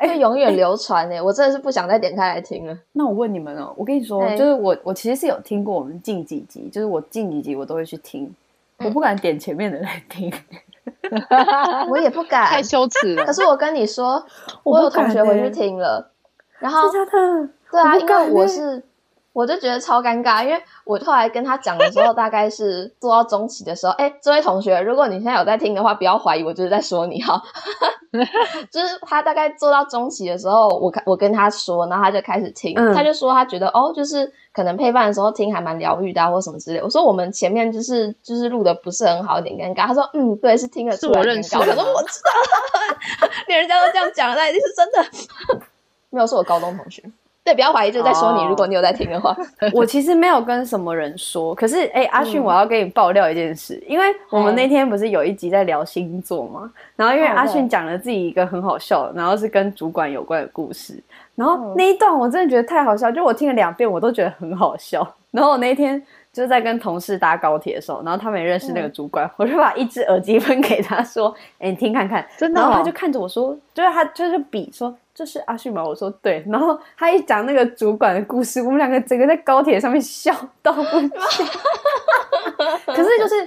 因为永远流传呢、欸我真的是不想再点开来听了。那我问你们哦，我跟你说，哎就是我我其实是有听过我们近几集，就是我近几集我都会去听，嗯我不敢点前面的来听， 我也不敢 太，羞耻了可。是我跟你 说，我不有同敢学回欸去听了，然后真的假的？对啊，我不因为敢我欸是，我就觉得超尴尬，因为我后来跟他讲的时候，大概是做到中期的时候，哎、这位同学，如果你现在有在听的话，不要怀疑我就是在说你哈。 就是他大概做到中期的时候，我看我跟他说，然后他就开始听，嗯他就说他觉得哦，就是可能陪伴的时候听还蛮疗愈的、啊、或什么之类。我说我们前面就是就是录的不是很好，有点尴尬。他说嗯，对，是听了是出来我尴认识尬。我的想说吗我知 道，连人家都这样讲了，那一定是真的。没有，是我高中同学。对，不要怀疑，就在说你。哦如果你有在听的话， 我其实没有跟什么人说，可是哎、阿迅，嗯我要跟你爆料一件事，因为我们嗯那天不是有一集在聊星座吗？然后因为哦阿对迅讲了自己一个很好笑的，然后是跟主管有关的故事，然后嗯那一段我真的觉得太好笑，就我听了两遍我都觉得很好笑。然后我那天就是在跟同事搭高铁的时候，然后他们也认嗯识那个主管，我就把一只耳机分给他说：“哎、你听看看。”真的然后他哦就看着我说，就是他就是比说这是阿旭吗？我说对。然后他一讲那个主管的故事，我们两个整个在高铁上面笑到不行。可是 就是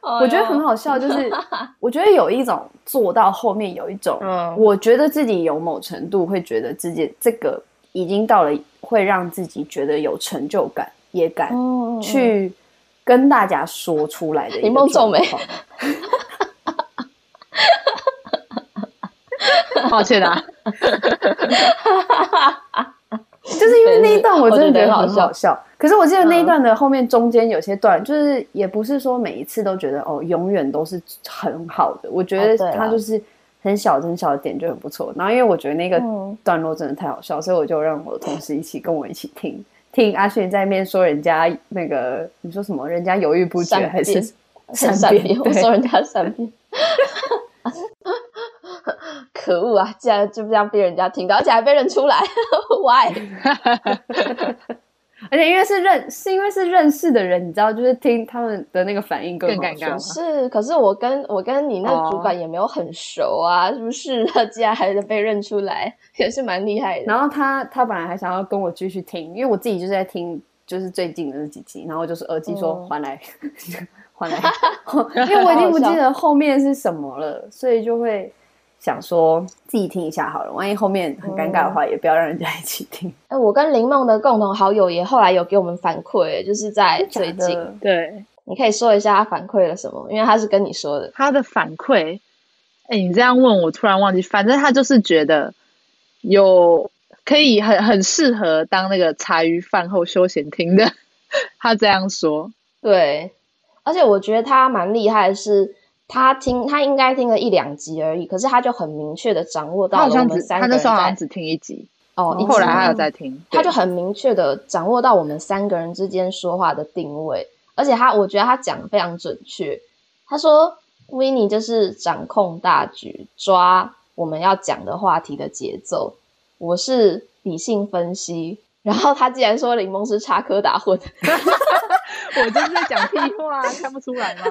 哎我觉得很好笑，就是我觉得有一种做到后面有一种，嗯我觉得自己有某程度会觉得自己这个已经到了会让自己觉得有成就感，也敢嗯，嗯，嗯去跟大家说出来的一个你梦中没状况 抱歉啊，就是因为那一段我真的觉得很我觉得很好好笑。可是我记得那一段的后面中间有些段，就是也不是说每一次都觉得哦，永远都是很好的。我觉哦对得啦它就是很小很小的点就很不错。然后因为我觉得那个嗯段落真的太好笑，所以我就让我的同事一起跟我一起听听阿迅在那边说人家那个你说什么，人家犹豫不决善变还是很善变，我说人家善变，可恶啊！竟然就这样被人家听到，而且还被认出来 ，why？而且因为是认是因为是认识的人，你知道，就是听他们的那个反应更更尴好尬笑吗是，可是我跟我跟你那主管也没有很熟啊，是不是？ 竟然还能被认出来，也是蛮厉害的。然后他他本来还想要跟我继续听，因为我自己就是在听，就是最近的那几集，然后我就是耳机说嗯还来， 还 来，因为我已经不记得后面是什么了，所以就会想说自己听一下好了，万一后面很尴尬的话，哦也不要让人家一起 听。哎，我跟林梦的共同好友也后来有给我们反馈，就是在哎最假近，的对你可以说一下他反馈了什么，因为他是跟你说的。他的反馈，哎，你这样问我突然忘记，反正他就是觉得有可以很很适合当那个茶余饭后休闲听的， 他这样说，对，而且我觉得他蛮厉害的是。他听，他应该听了一两集而已，可是他就很明确的掌握他到好了我像们只三他个那人时候好像在只听一集，哦，一后来集他有在听，他对就很明确的掌握到我们三个人之间说话的定位，而且他我觉得他讲的非常准确。他说 w i n n i 就是掌控大局，抓我们要讲的话题的节奏，我是理性分析。然后他竟然说柠檬是插科打诨， 我就是在讲屁啊 话，看不出来吗？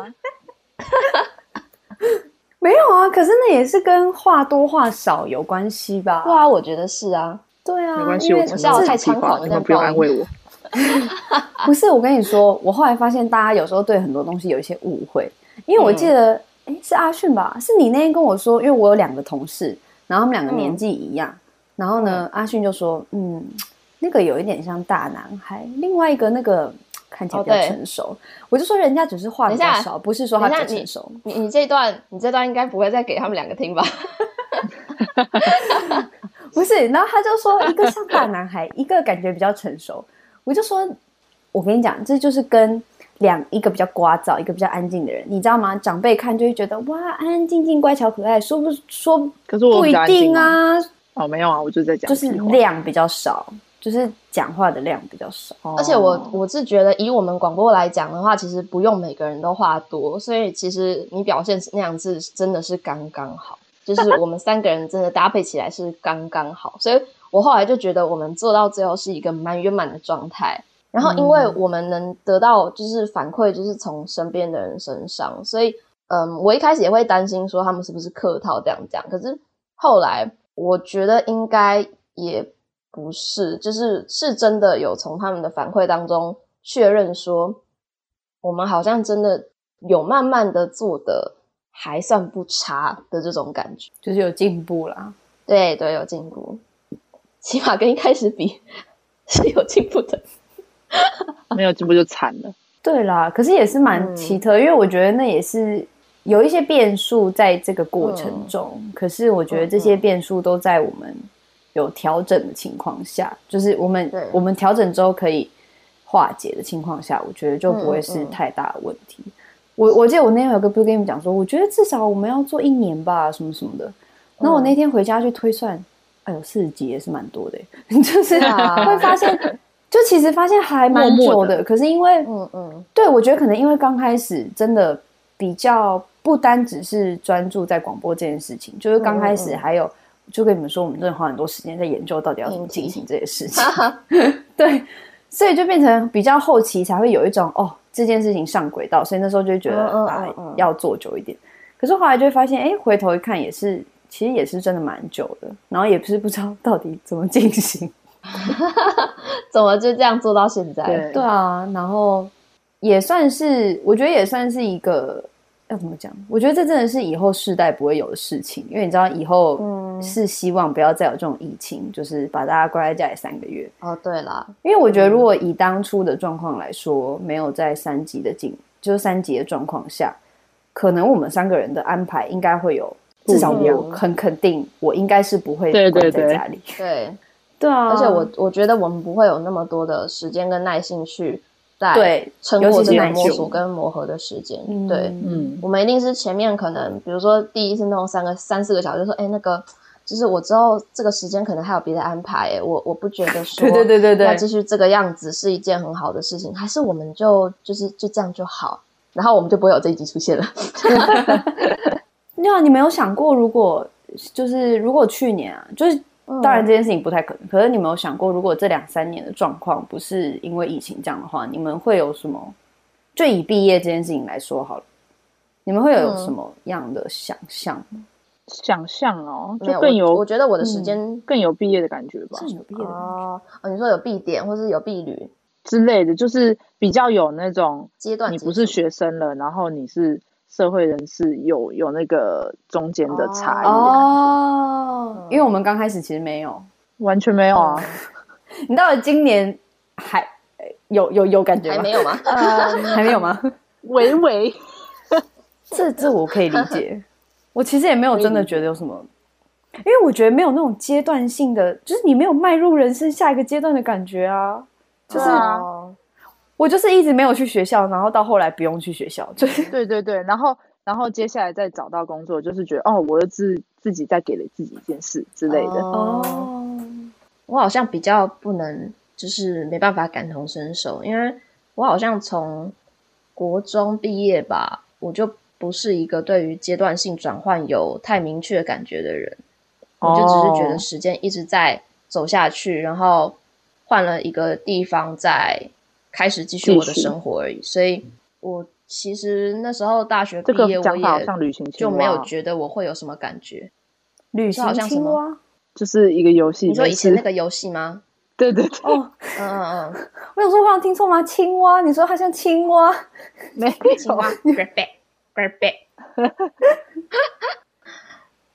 没有啊，可是那也是跟话多话少有关系吧？对啊，我觉得是 啊，对啊，没关系，因为我承笑认得我太自己猖话狂了这你们样不用报安应慰我。不是，我跟你说，我后来发现大家有时候对很多东西有一些误会，因为我记嗯得，哎、是阿迅吧？是你那天跟我说，因为我有两个同事，然后他们两个嗯年纪一样，然后呢，阿迅就说，嗯，那个有一点像大男孩，另外一个那个看起来比较哦对成熟，我就说人家只是话比较等一少，下不是说他比较等一下成熟。你你这一段你这段应该不会再给他们两个听吧？不是，然后他就说一个像大男孩，一个感觉比较成熟。 我就说，我跟你讲，这就是跟两一个比较聒噪，一个比较安静的人，你知道吗？长辈看就会觉得哇，安安静静、乖巧可爱，说不说可是我不比一较安静定啊，哦，没有啊，我就是在讲就屁是话，量比较少，就是讲话的量比较少。哦而且我我是觉得，以我们广播来讲的话，其实不用每个人都话多，所以其实你表现那样子真的是刚刚好，就是我们三个人真的搭配起来是刚刚好，所以我后来就觉得我们做到最后是一个蛮圆满的状态。然后，因为嗯我们能得到就是反馈，就是从身边的人身上，所以嗯，我一开始也会担心说他们是不是客套这样讲，可是后来我觉得应该也不是，就是是真的有从他们的反馈当中确认说，我们好像真的有慢慢的做的还算不差的这种感觉，就是有进步啦，对对，有进步，起码跟一开始比是有进步的，没有进步就惨了。对啦，可是也是蛮嗯奇特，因为我觉得那也是有一些变数在这个过嗯程中。可是我觉得这些变数都在我们有调整的情况下，就是我们对我们调整之后可以化解的情况下，我觉得就不会嗯是嗯嗯太大的问题。我我记得我那天有个不是跟你们嗯讲说，我觉得至少我们要做一年吧，什么什么的。然后我那天回家去推算，哎呦，四十集也是蛮多的欸， 就是对啊会发现，就其实发现还蛮默久默的。地可是因为，嗯嗯，对我觉得可能因为刚开始真的比较不单只是专注在广播这件事情，就是刚开始嗯嗯嗯还有，就跟你们说，我们真的花很多时间在研究到底要怎么议题进行这 些事情。对，所以就变成比较后期才会有一种哦，这件事情上轨道，所以那时候就会觉得嗯嗯嗯啊嗯要做久一点。可是后来就会发现，哎、回头一看也是，其实也是真的蛮久的，然后也不是不知道到底怎么进行。 怎么就这样做到现在？对对啊，然后也算是，我觉得也算是一个要怎么讲？我觉得这真的是以后世代不会有的事情，因为你知道以后嗯，是希望不要再有这种疫情，就是把大家关在家里三个月。哦，对啦，因为我嗯觉得，如果以当初的状况来说，没有在三级的进，就是三级的状况下，可能我们三个人的安排应该会有，不一至样少我很肯定，我应该是不会对关对在对家里。对，对啊，而且我我觉得我们不会有那么多的时间跟耐心去在对成尤果其是这个耐摸心索跟磨合的时间，嗯对。嗯，我们一定是前面可能，比如说第一次弄三个三四个小时，就说哎、那个就是我之后这个时间可能还有别的安排，哎，我我不觉得说对对对对要对继续这个样子是一件很好的事情，还是我们就就是就这样就好，然后我们就不会有这一集出现了。对啊，你没有想过，如果就是如果去年啊，就是嗯 当然这件事情不太可能，可是你没有想过，如果这两三年的状况不是因为疫情这样的话，你们会有什么？就以毕业这件事情来说好了，你们会有嗯什么样的想象？想象哦，嗯没就有，更我我有觉得我的时间、更有毕业的感觉吧这有毕业嗯的吗哦哦，你说有必点或是有必旅之类的，就是比较有那种阶段你结束，不是学生了，然后你是社会人士，有有那个中间的差异，哦嗯，因为我们刚开始其实没有，完全没 有啊，你到了今年还呃有有有感觉吗？还没有吗？ 还没有吗？微微这这我可以理解， 我其实也没有真的觉得有什么，因为我觉得没有那种阶段性的，就是你没有迈入人生下一个阶段的感觉啊。就是哦我就是一直没有去学校，然后到后来不用去学校，就是 对对对，然后然后接下来再找到工作，就是觉得哦，我又自自己再给了自己一件事之类的，哦，我好像比较不能，就是没办法感同身受，因为我好像从国中毕业吧，我就不是一个对于阶段性转换有太明确感觉的人，哦我就只是觉得时间一直在走下去，然后换了一个地方再开始继续我的继续生活而已，所以我其实那时候大学毕这个业，我讲法好也像旅行青就蛙，啊没有觉得我会有什么感觉。旅好行像什青么蛙就是一个游戏，你说就以前是那个游戏吗？对对对，哦，嗯嗯 嗯。我想说我想听错吗？青蛙，你说它像青蛙？没青有蛙 grab back grab back。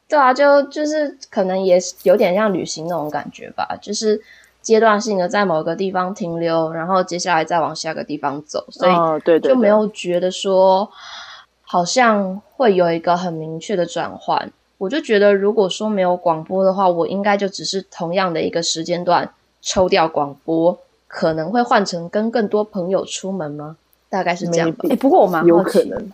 对啊，就就是可能也是有点像旅行那种感觉吧，就是阶段性的在某个地方停留，然后接下来再往下个地方走，所以哦，对对对，就没有觉得说好像会有一个很明确的转换。我就觉得，如果说没有广播的话，我应该就只是同样的一个时间段抽掉广播，可能会换成跟更多朋友出门吗？大概是这样吧。哎、 Maybe 不过我蛮好奇有可能，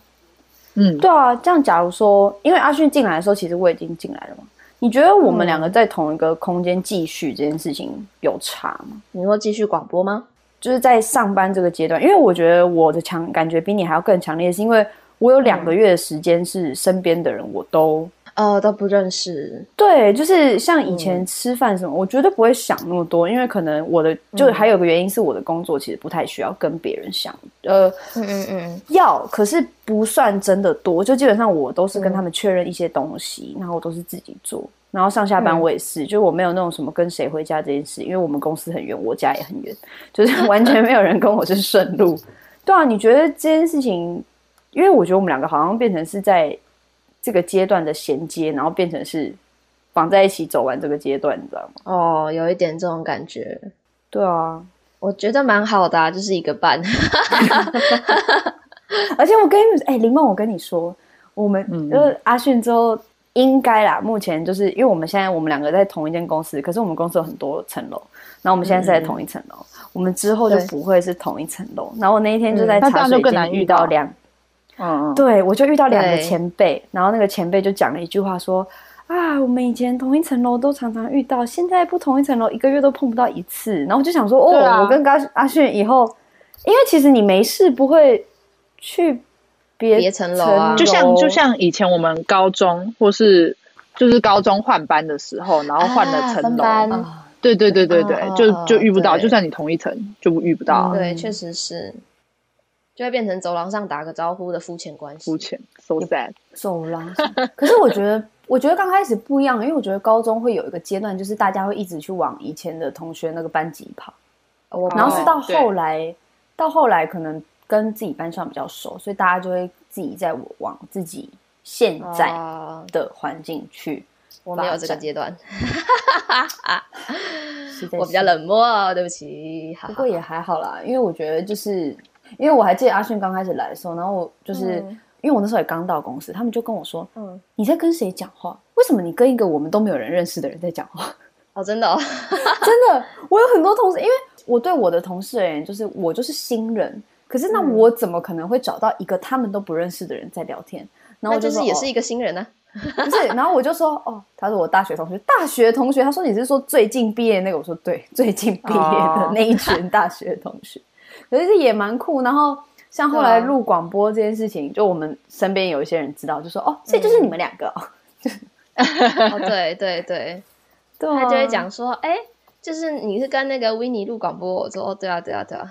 嗯，对啊，这样假如说，因为阿迅进来的时候，其实我已经进来了嘛。你觉得我们嗯两个在同一个空间继续这件事情有差吗？你说继续广播吗？就是在上班这个阶段，因为我觉得我的强感觉比你还要更强烈，是因为我有两个月的时间是身边的人我都呃，都不认识。对，就是像以前吃饭什么，我绝对不会想那么多，因为可能我的就还有个原因是我的工作其实不太需要跟别人想，呃，嗯嗯嗯，要，可是不算真的多，就基本上我都是跟他们确认一些东西，然后我都是自己做，然后上下班嗯我也是，就我没有那种什么跟谁回家这件事，因为我们公司很远，我家也很远，就是完全没有人跟我是顺路。对啊，你觉得这件事情，因为我觉得我们两个好像变成是在这个阶段的衔接，然后变成是绑在一起走完这个阶段，你知道吗？哦，有一点这种感觉，对啊，我觉得蛮好的、啊，就是一个伴。 而且我跟你们，哎、林梦，我跟你说，我们嗯就是阿迅之后，应该啦，目前就是因为我们现在我们两个在同一间公司，可是我们公司有很多层楼，然后我们现在是嗯在同一层楼，我们之后就对不会是同一层楼。然后我那一天就在嗯那这茶样就水更间难遇遇到到两，嗯嗯，对我就遇到两个对前辈，然后那个前辈就讲了一句话说。啊，我们以前同一层楼都常常遇到，现在不同一层楼一个月都碰不到一次。然后就想说，哦，对啊我跟阿阿迅以后，因为其实你没事不会去别别层楼啊就像就像以前我们高中或是就是高中换班的时候，然后换了啊分层楼，班啊，对对对对对，哦哦哦就就遇不到，对嗯就算你同一层就不遇不到，对，确实是，就会变成走廊上打个招呼的肤浅关系肤。浅，so sad。走廊上。可是我觉得，我觉得刚开始不一样，因为我觉得高中会有一个阶段，就是大家会一直去往以前的同学那个班级跑。我然后是哦到对后来，到后来可能跟自己班上比较熟，所以大家就会自己在往自己现哦在在的环境去。啊我没有这发个展阶段，实在嗯我比较是，冷漠，对不起。哈不哈过也还好啦，因为我觉得就是，因为我还记得阿迅刚开始来的时候，然后我就是、嗯因为我那时候也刚到公司，他们就跟我说嗯，：“你在跟谁讲话？为什么你跟一个我们都没有人认识的人在讲话？”哦，真的哦， 真的，我有很多同事，因为我对我的同事而言，就是我就是新人，可是那嗯我怎么可能会找到一个他们都不认识的人在聊天？然那后我就说是也是哦一个新人啊 呢。不是，然后我就说哦，他说我大学同学，大学同学，他说你是说最近毕业那个，我说对，最近毕业的哦那一群大学同学，可是也蛮酷。然后像后来对啊录广播这件事情，就我们身边有一些人知道，就说嗯哦，所以就是你们两个、哦，哦，对对 对，对啊他就会讲说，哎，就是你是跟那个维尼录广播，我说哦，对啊，对啊，对啊，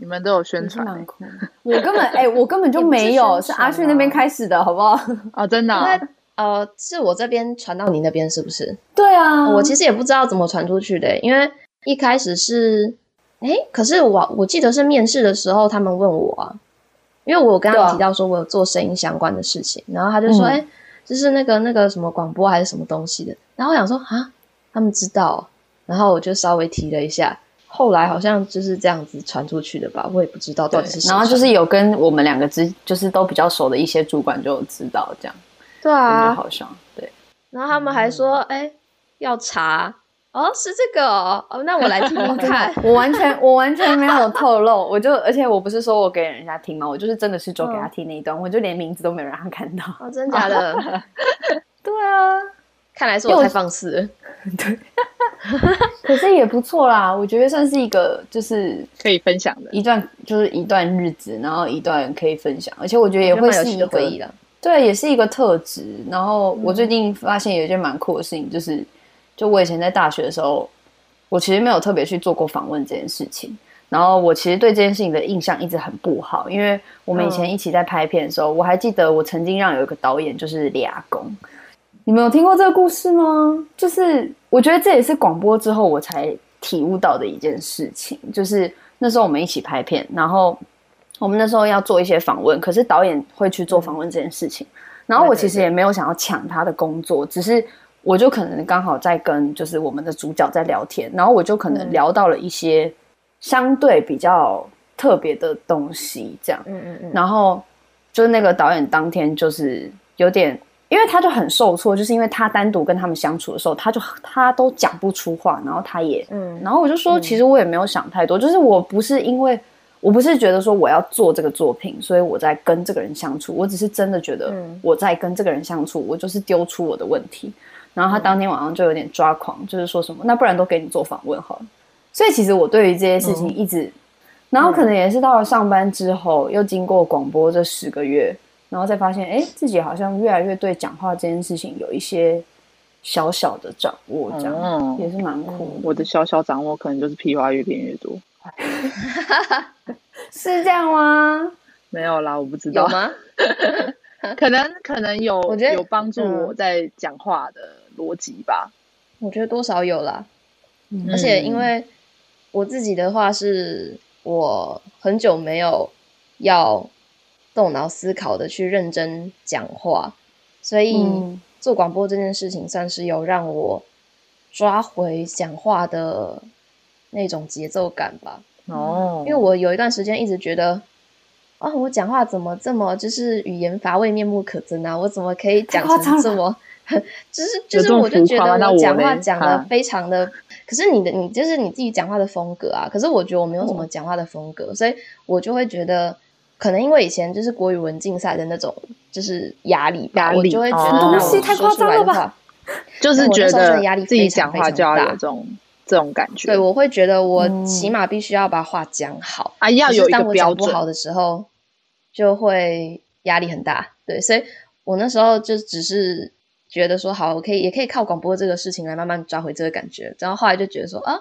你们都有宣也是传欸蛮酷的。我根本哎、我根本就 也不是没有，宣是阿传旭那边啊开始的好不好？哦，真的啊那呃，是我这边传到你那边是不是？对啊，我其实也不知道怎么传出去的，欸因为一开始是，哎，可是我我记得是面试的时候他们问我啊，因为我有跟他对们啊提到说我有做声音相关的事情，然后他就说，嗯哎、就是那个那个什么广播还是什么东西的，然后我想说啊，他们知道哦，然后我就稍微提了一下，后来好像就是这样子传出去的吧，我也不知道到对底是，谁然后就传是有跟我们两个之，就是都比较熟的一些主管就有知道这样，对啊就，好像对，然后他们还说，嗯哎、要查。哦，是这个哦，哦那我来听听看。 我完全我完全没有透露，我就而且我不是说我给人家听嘛，我就是真的是就给他听那一段，我就连名字都没有让他看到。哦，真假的？对啊，看来是我太放肆了。可是也不错啦，我觉得算是一个就是可以分享的，一段就是一段日子，然后一段可以分享，而且我觉得也我觉得会蛮有是一趣的嗯个回忆了。对，也是一个特质。然后我最近发现有一件蛮酷的事情，就是就我以前在大学的时候，我其实没有特别去做过访问这件事情。然后我其实对这件事情的印象一直很不好，因为我们以前一起在拍片的时候，我还记得我曾经让有一个导演就是李阿公，你们有听过这个故事吗？就是我觉得这也是广播之后我才体悟到的一件事情，就是那时候我们一起拍片，然后我们那时候要做一些访问，可是导演会去做访问这件事情，然后我其实也没有想要抢他的工作，只是我就可能刚好在跟就是我们的主角在聊天，然后我就可能嗯聊到了一些相对比较特别的东西，这样。嗯嗯嗯，然后就是那个导演当天就是有点，因为他就很受挫，就是因为他单独跟他们相处的时候，他就他都讲不出话，然后他也，嗯然后我就说，嗯其实我也没有想太多，就是我不是因为我不是觉得说我要做这个作品，所以我在跟这个人相处，我只是真的觉得嗯我在跟这个人相处，我就是丢出我的问题。然后他当天晚上就有点抓狂，就是说什么那不然都给你做访问好了。所以其实我对于这些事嗯情一直，然后可能也是到了上班之后，又经过广播这十个月，然后再发现，哎，自己好像越来越对讲话这件事情有一些小小的掌握，这样、嗯哦也是蛮酷的，我的小小掌握可能就是屁话越变越多，是这样吗？没有啦，我不知有道，吗？可能可能有，我觉得有帮助嗯我在讲话的逻辑吧，我觉得多少有啦。嗯而且因为我自己的话，是我很久没有要动脑思考的去认真讲话，所以嗯做广播这件事情算是有让我抓回讲话的那种节奏感吧。哦嗯因为我有一段时间一直觉得，啊，我讲话怎么这么就是语言乏味、面目可憎啊？我怎么可以讲太夸张成了这么？ 就是就有这是，么我就觉浮夸吗得那我我讲话嘞讲的啊非常的，可是你的你就是你自己讲话的风格啊。可是我觉得我没有什嗯么讲话的风格，所以我就会觉得，可能因为以前就是国语文竞赛的那种就是压力吧，压力我就会觉哦得那我东西太说夸出张来了的吧话，就是我那觉时候真得的压力自非己常讲非话常就要有大这种这种感觉。对，我会觉得我起嗯码必须要把话讲好，啊，要可是有一当个我标讲不准。好的时候，就会压力很大。对，所以我那时候就只是觉得说，好，我可以也可以靠广播这个事情来慢慢抓回这个感觉。然后后来就觉得说，啊，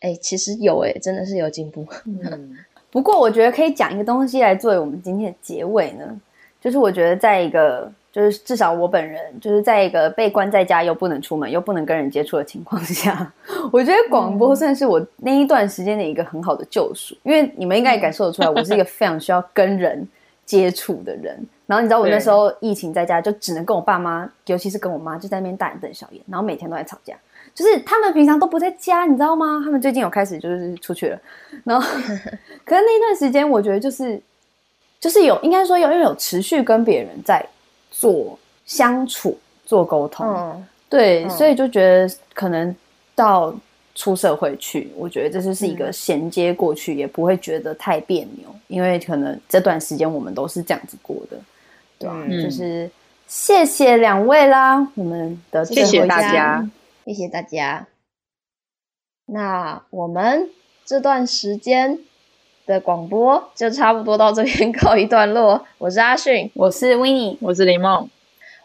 哎，其实有哎，真的是有进步。嗯，不过我觉得可以讲一个东西来作为我们今天的结尾呢，就是我觉得在一个就是至少我本人就是在一个被关在家又不能出门又不能跟人接触的情况 下，我觉得广播算是我那一段时间的一个很好的救赎，因为你们应该也感受得出来，我是一个非常需要跟人接触的人。然后你知道我那时候疫情在家，就只能跟我爸妈，尤其是跟我妈，就在那边大眼瞪小眼，然后每天都在吵架。就是他们平常都不在家，你知道吗？他们最近有开始就是出去了，然后 可是那段时间，我觉得就是就是有应该说有因为有持续跟别人在做相处、做沟 通，嗯，对，嗯所以就觉得可能到出社会去，我觉得这就是一嗯个衔接过去，也不会觉得太别扭，因为可能这段时间我们都是这样子过的，对啊，嗯就是谢谢两位啦，我们的谢最谢后一大集家，谢谢大家。那我们这段时间的广播就差不多到这边告一段落。我是阿迅，我是 w i n n i e 我是林梦，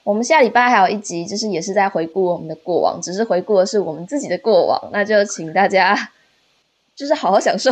我们下礼拜还有一集，就是也是在回顾我们的过往，只 是回顾的是我们自己的过往。那就请大家就是好好享受。